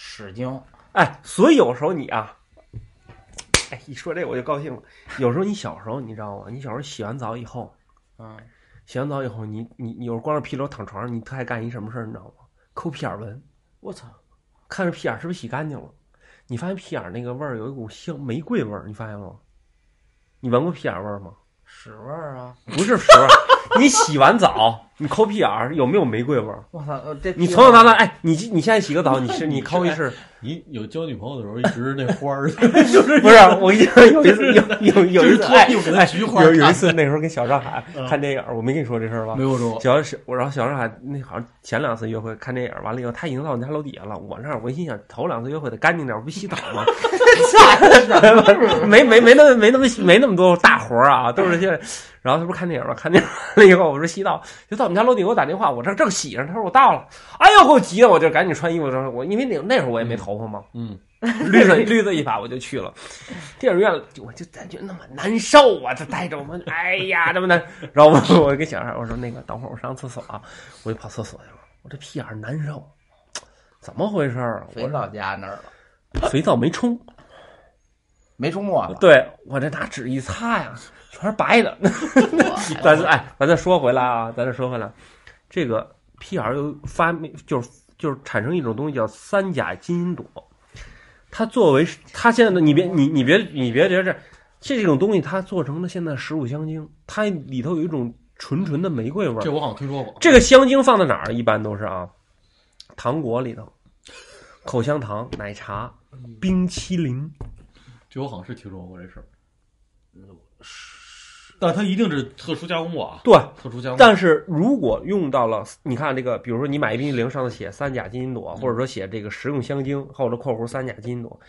屎精哎，所以有时候你啊，哎，一说这我就高兴了。有时候你小时候，你知道吗？你小时候洗完澡以后，啊，洗完澡以后，你你你有时候光着屁股躺床上，你特爱干一什么事儿，你知道吗？抠屁眼闻，我操！看着屁眼是不是洗干净了。你发现屁眼那个味儿有一股香玫瑰味儿，你发现吗？你闻过屁眼味儿吗？屎味儿啊！不是屎味儿，你洗完澡，你抠屁眼儿有没有玫瑰味儿？我操！呃这你从小到大，哎，你你现在洗个澡，你是你抠一试，你有交女朋友的时候一直那花儿， 不是，我跟你说，有一次有有有一次，哎有给他哎菊花有有一看次那时候跟小上海嗯看电影，我没跟你说这事儿吧没？有 说小小我然后小上海那好像前两次约会看电影完了以后，他已经到我们家楼底下了。我那儿我心想头两次约会得干净点，我不洗澡吗？ 没没没那么没那么没那么多大活儿啊，都是些。然后他不是看电影吗？看电影完了以后，我说洗澡，就到我们家楼底给我打电话，我这正洗着，他说我到了，哎呦给我急的，我就赶紧穿衣服，说我因为那那时候我也没头发嘛，嗯，绿色绿色一把我就去了，电影院我就感觉那么难受啊，这带着我们，哎呀这么难。然后我我跟小孩我说那个等会儿我上厕所啊，我就跑厕所去了，我这屁眼儿难受，怎么回事儿啊？肥皂家那儿了，我肥皂没冲，没出没了。对我这拿纸一擦呀，全是白的。 咱再哎，咱再说回来啊，咱再说回来，这个 PR 又发明就是就是产生一种东西叫三甲金银朵，它作为它现在的你别你你别你别觉着这种东西它做成了现在食物香精，它里头有一种纯纯的玫瑰味这儿。我好像听说过，这个香精放在哪儿？一般都是啊，糖果里头，口香糖、奶茶、冰淇淋。这我好像是听说过这事儿，屎但它一定呃是特殊加工过啊，对，特殊加工，但是如果用到了，你看这个，比如说你买一冰淇淋，上头写三甲金银朵，或者说写这个食用香精，或者括弧三甲金银朵，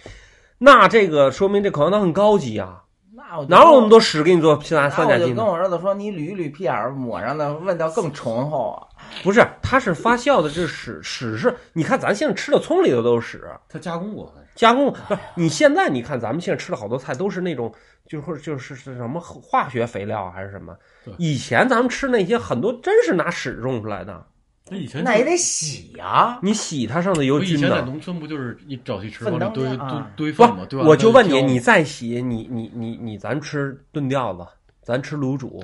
那这个说明这口香糖很高级啊，那我就哪有那么多屎给你做三三甲那我金就银跟朵？我儿子说，你捋一捋屁眼儿，抹上的味道更醇厚啊！不是，它是发酵的，这屎屎是，你看咱现在吃的葱里头都是屎，它加工过，加工不是？你现在你看咱们现在吃的好多菜都是那种，就是或者就是是什么化学肥料啊还是什么对？以前咱们吃那些很多真是拿屎种出来的，那以前那也得洗呀。你洗它上头有我以菌前的在。农村不就是一沼气池粪往里当堆家啊堆堆不粪嘛，对吧？我就问你，那个你再洗，你你你你，咱吃炖吊子，咱吃卤煮，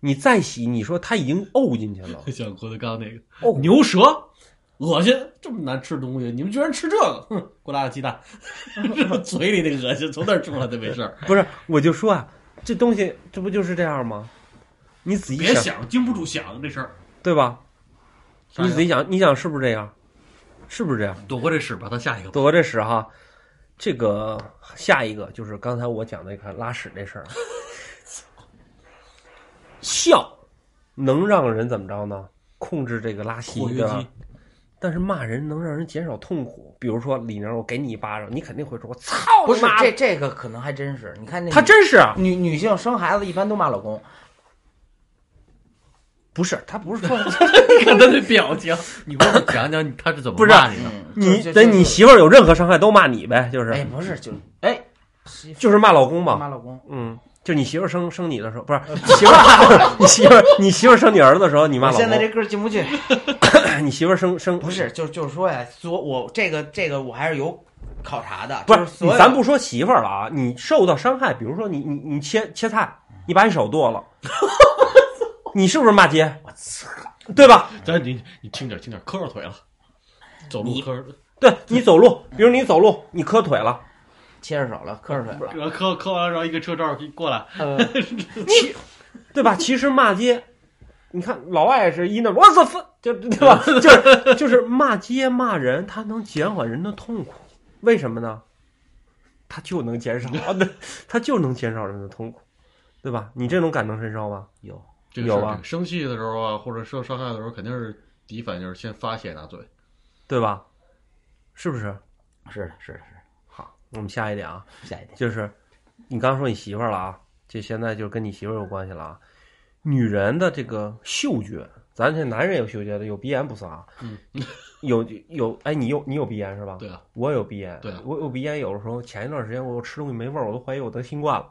你再洗，你说它已经沤进去了，想喝的刚刚那个哦，牛舌，恶心，这么难吃的东西，你们居然吃这个，哼，给我拉个 鸡蛋，嘴里那恶心从那儿出来的没事儿，不是，我就说啊，这东西这不就是这样吗？你仔细别想，经不住想这事儿。对吧？啥你呀仔细想，你想是不是这样？是不是这样？躲过这屎吧，咱下一个吧。躲过这屎哈。这个下一个就是刚才我讲的那个拉屎这事儿。笑能让人怎么着呢？控制这个拉稀，括约对吧肌？，但是骂人能让人减少痛苦。比如说李宁，我给你一巴掌，你肯定会说“我操不你是妈的这这个可能还真是，你看那”，他真是啊女女性生孩子一般都骂老公，不是他不是 说 你看他那表情，你给我讲讲他是怎么不是骂你的？嗯，你就就对你媳妇儿有任何伤害都骂你呗，就是、哎不是就哎媳妇就是骂老公嘛。骂老呃公，嗯，就你媳妇儿生生你的时候，不是你媳妇 儿，你媳妇儿，你媳妇儿生你儿子的时候，你骂我老现在公；这歌进不去，你媳妇儿生生不是就就是说呀，所我这个这个我还是有考察的，不就是是所有你咱不说媳妇儿了啊，你受到伤害，比如说你你你切切菜，你把你手剁 了，你是不是骂街？我操，对吧？咱你你轻点轻点，磕着腿了，走路你磕着对你走路，比如你走路，你磕腿了，切着手了，磕着腿了，然后磕磕完了，然后一个车照一过来，呃，你对吧？其实骂街，你看老外也是一那我操，就对吧？就是就是骂街骂人，他能减缓人的痛苦，为什么呢？他就能减少，他就能减少人的痛苦，对吧？你这种感同身受吗？有这个有是啊这个生气的时候啊，或者受伤害的时候，肯定是第一反应就是先发泄拿嘴。对吧？是不是？ 是的是的是好，我们下一点啊，的，下一点就是你刚说你媳妇儿了啊，这现在就跟你媳妇儿有关系了啊。女人的这个嗅觉，咱这男人有嗅觉的，有鼻炎不算啊。嗯，有有，哎，你有你有鼻炎是吧？对啊，我有鼻炎，对啊我有鼻炎，有的时候前一段时间我吃东西没味儿，我都怀疑我得新冠 了。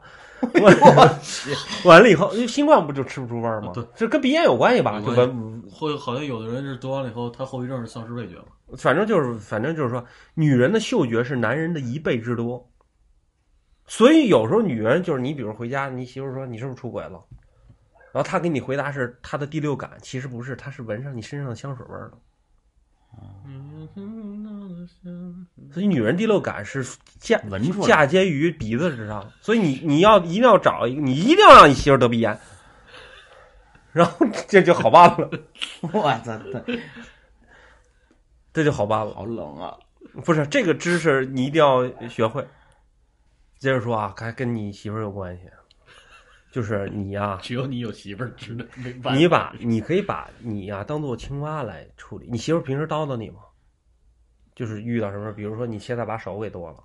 完了以后，因为新冠不就吃不出味儿吗？啊对，这跟鼻炎有关系吧？有就关闻，系嗯会好像有的人是得完了以后，他后遗症是丧失味觉嘛？反正就是，反正就是说，女人的嗅觉是男人的一倍之多。所以有时候女人就是你，比如回家，你媳妇说你是不是出轨了，然后她给你回答是她的第六感，其实不是，她是闻上你身上的香水味儿了。嗯所以女人第六感是嫁闻出来嫁接于鼻子之上，所以你你要一定要找一个，你一定要让你媳妇得鼻炎，然后这就好办了，我操，这这就好办了。好冷啊！不是这个知识你一定要学会。接着说啊，还跟你媳妇儿有关系，就是你呀、只有你有媳妇儿知道，没办法你把你可以把你呀、当做青蛙来处理。你媳妇儿平时叨叨你吗？就是遇到什么，比如说你现在把手给剁了，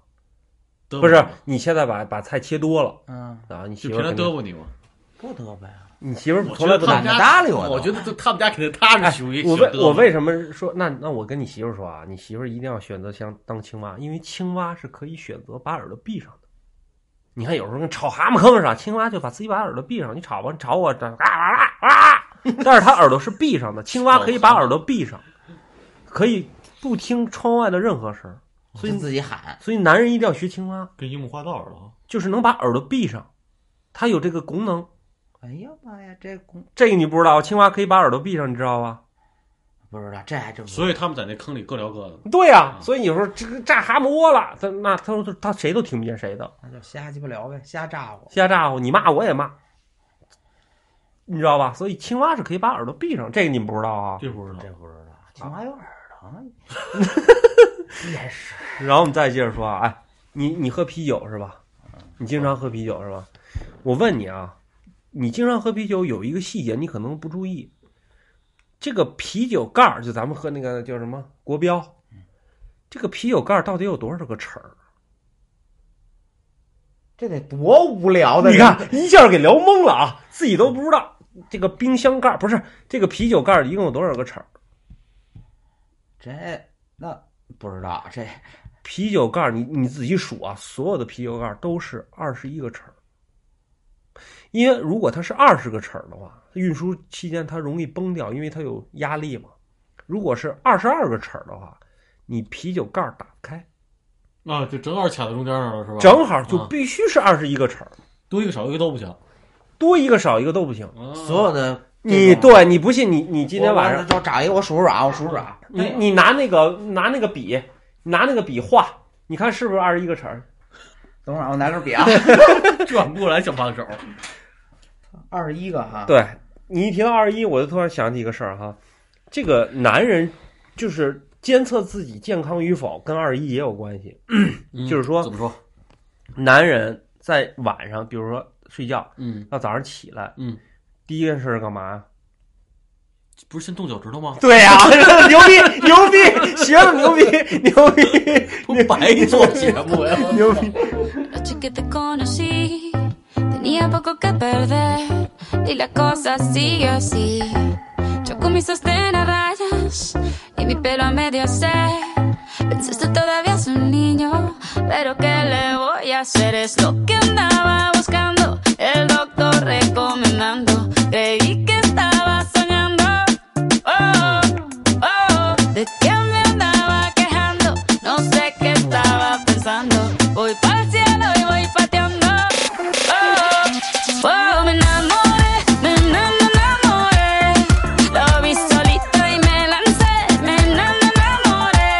嘚啵不是你吗你现在把把菜切多了嗯，啊，你就媳妇平儿常肯定嘚啵你吗？不得呗，你媳妇儿我从来不觉得他打们懒得家搭理我都我觉得他们家肯定他是属于哎我喜欢为嘚啵我为什么说那那我跟你媳妇儿说啊，你媳妇儿一定要选择像当青蛙，因为青蛙是可以选择把耳朵闭上的。你看有时候跟炒蛤蟆坑似的，青蛙就把自己把耳朵闭上，你吵吧，你吵我，这啊啊啊啊！但是它耳朵是闭上的，青蛙可以把耳朵闭上，可以不听窗外的任何声儿。所以自己喊，所以男人一定要学青蛙，跟樱木花道似的啊，就是能把耳朵闭上，它有这个功能。哎呀妈呀，这公这个你不知道，啊青蛙可以把耳朵闭上，你知道吧？不知道，这还嗯真不知道所以他们在那坑里各聊各的。对呀、所以你说这个炸蛤蟆窝了，他那他说他谁都听不见谁的，那就瞎鸡巴聊呗，瞎咋呼。瞎咋呼，你骂我也骂，你知道吧？所以青蛙是可以把耳朵闭上，这个你们不知道啊。这不知道，这不知道，青蛙有耳朵啊， 也是然后我们再接着说啊，哎，你你喝啤酒是吧？你经常喝啤酒是吧？我问你啊，你经常喝啤酒有一个细节你可能不注意，这个啤酒盖儿就咱们喝那个叫什么国标，这个啤酒盖儿到底有多少个齿儿？这得多无聊的你人！看一下给聊懵了啊，自己都不知道这个冰箱盖儿不是这个啤酒盖儿一共有多少个齿儿？这那不知道这啤酒盖儿你你自己数啊，所有的啤酒盖儿都是二十一个齿儿，因为如果它是二十个齿儿的话，运输期间它容易崩掉，因为它有压力嘛。如果是二十二个齿儿的话，你啤酒盖儿打不开，啊，就正好卡在中间那儿了，是哦吧？正好就啊必须是二十一个齿儿，多一个少一个都不行。多一个少一个都不行。啊所有的你对你不信你你今天晚上就找一个嗯我数数啊，我数数啊，你你拿那个拿那个笔拿那个笔画，你看是不是二十一个齿儿？等会儿啊我拿根笔 啊， 转不过来小八狗，二十一个哈，对你一提到二十一，我就突然想起一个事儿哈，这个男人就是监测自己健康与否跟二十一也有关系。就是说嗯怎么说？男人在晚上，比如说睡觉嗯，到早上起来，嗯，第一件事是干嘛呀？不是先动脚趾头吗？对呀、 牛逼牛逼，学的牛逼牛逼 不白做节目呀！牛逼。 noche que te conocí, tenía poco que perder y la cosa sigue así. Yo con mis sostén a rayas y mi pelo a medio se. Pensaste todavía es un niño, pero ¿qué le voy a hacer? Es lo que andaba buscando, el doctor recomendando. Creí que estaba soñando. Oh, oh, ¿De qué me andaba quejando? No sé qué estaba pensando. Voy pa'l cielo y voy pateando. Oh, oh, oh, me enamoré, me ena- me enamoré. Lo vi solito y me lancé, me ena- me enamoré.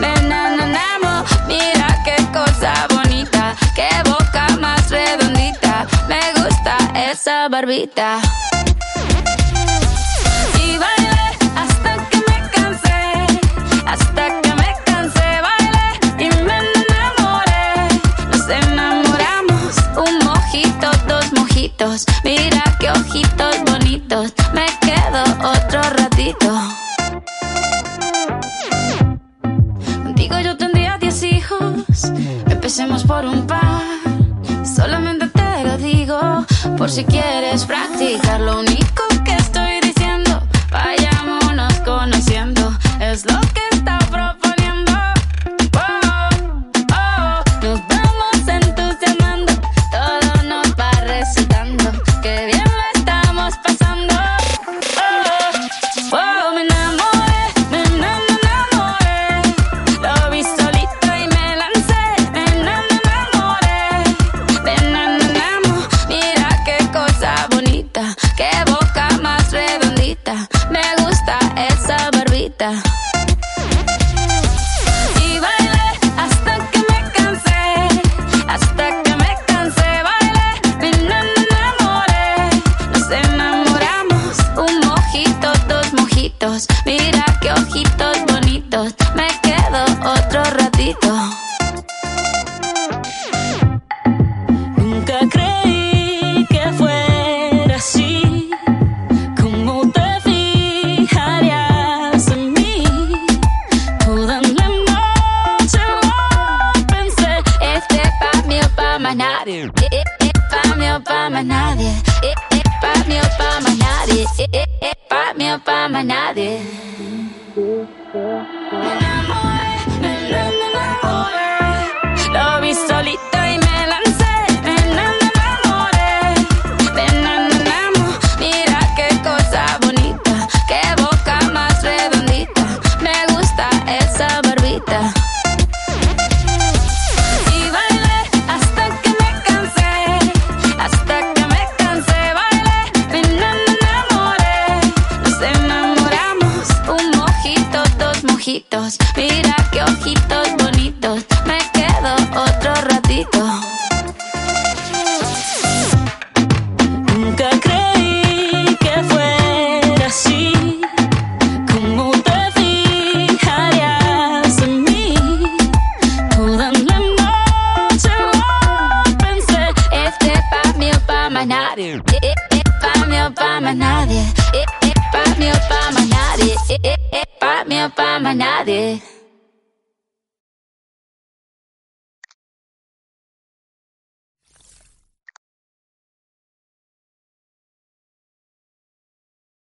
Me ena- me enamo- mira qué cosa bonita, qué boca más redondita. Me gusta esa barbita. Y bailé hasta que me cansé, hasta que me cansé, bailé y me enamoré. Nos enamoramos, un mojito, dos mojitos, mira qué ojitos bonitos, me quedo otro ratito. Contigo yo tendría 10 hijos. Empecemos por un par. Solamente te lo digo por si quieres practicar. Lo único que estoy diciendo, vayámonos conociendo. Es lo que está proponiendo. Oh, oh, nos vamos entusiasmando. Todo nos va resultando. Qué bien lo estamos pasando. Oh, oh, me enamoré, me ena- me enamoré. Lo vi solito y me lancé, me ena- me enamoré. Me ena- me enamo, mira qué cosa bonita, qué boca más redondita. Me gusta esa barbita. Y bailé hasta que me cansé, hasta que me cansé, bailé, me ena- me enamoré. Nos enamoramos, un mojito, dos mojitos, mira qué ojitos bonitos, me quedo otro ratito. Nunca creí que fuera así, como te fijarías en mí. Toda la noche lo pensé Este es pa' mí o pa' más nadie Eh, eh, eh, Pa' mí o pa' más nadie Eh, eh, Pa' mí o pa' más nadie Eh, eh, eh, Pa' mí o pa' más nadie Me enamoré, me enam- me enamoré Lo vi solito y me lancé Me enam- me enamoré Me enam- me enamo, mira qué cosa bonita Qué boca más redondita Me gusta esa barbita Y bailé hasta que me cansé Hasta que me cansé bailé Me ena- me enamoré Nos enamoramos Un mojito, dos mojitos Mira qué ojitos bonitos Me quedo otro ratito Nunca creí que fuera así, como te fijarías en mí. Toda la noche lo pensé, este es pa' mí o pa' más nadie. Eh, eh, eh, pa' mí o pa' más E, nadie. Eh, eh, pa' mí o pa' más nadie. Eh, eh, eh, pa' mí o pa' más nadie.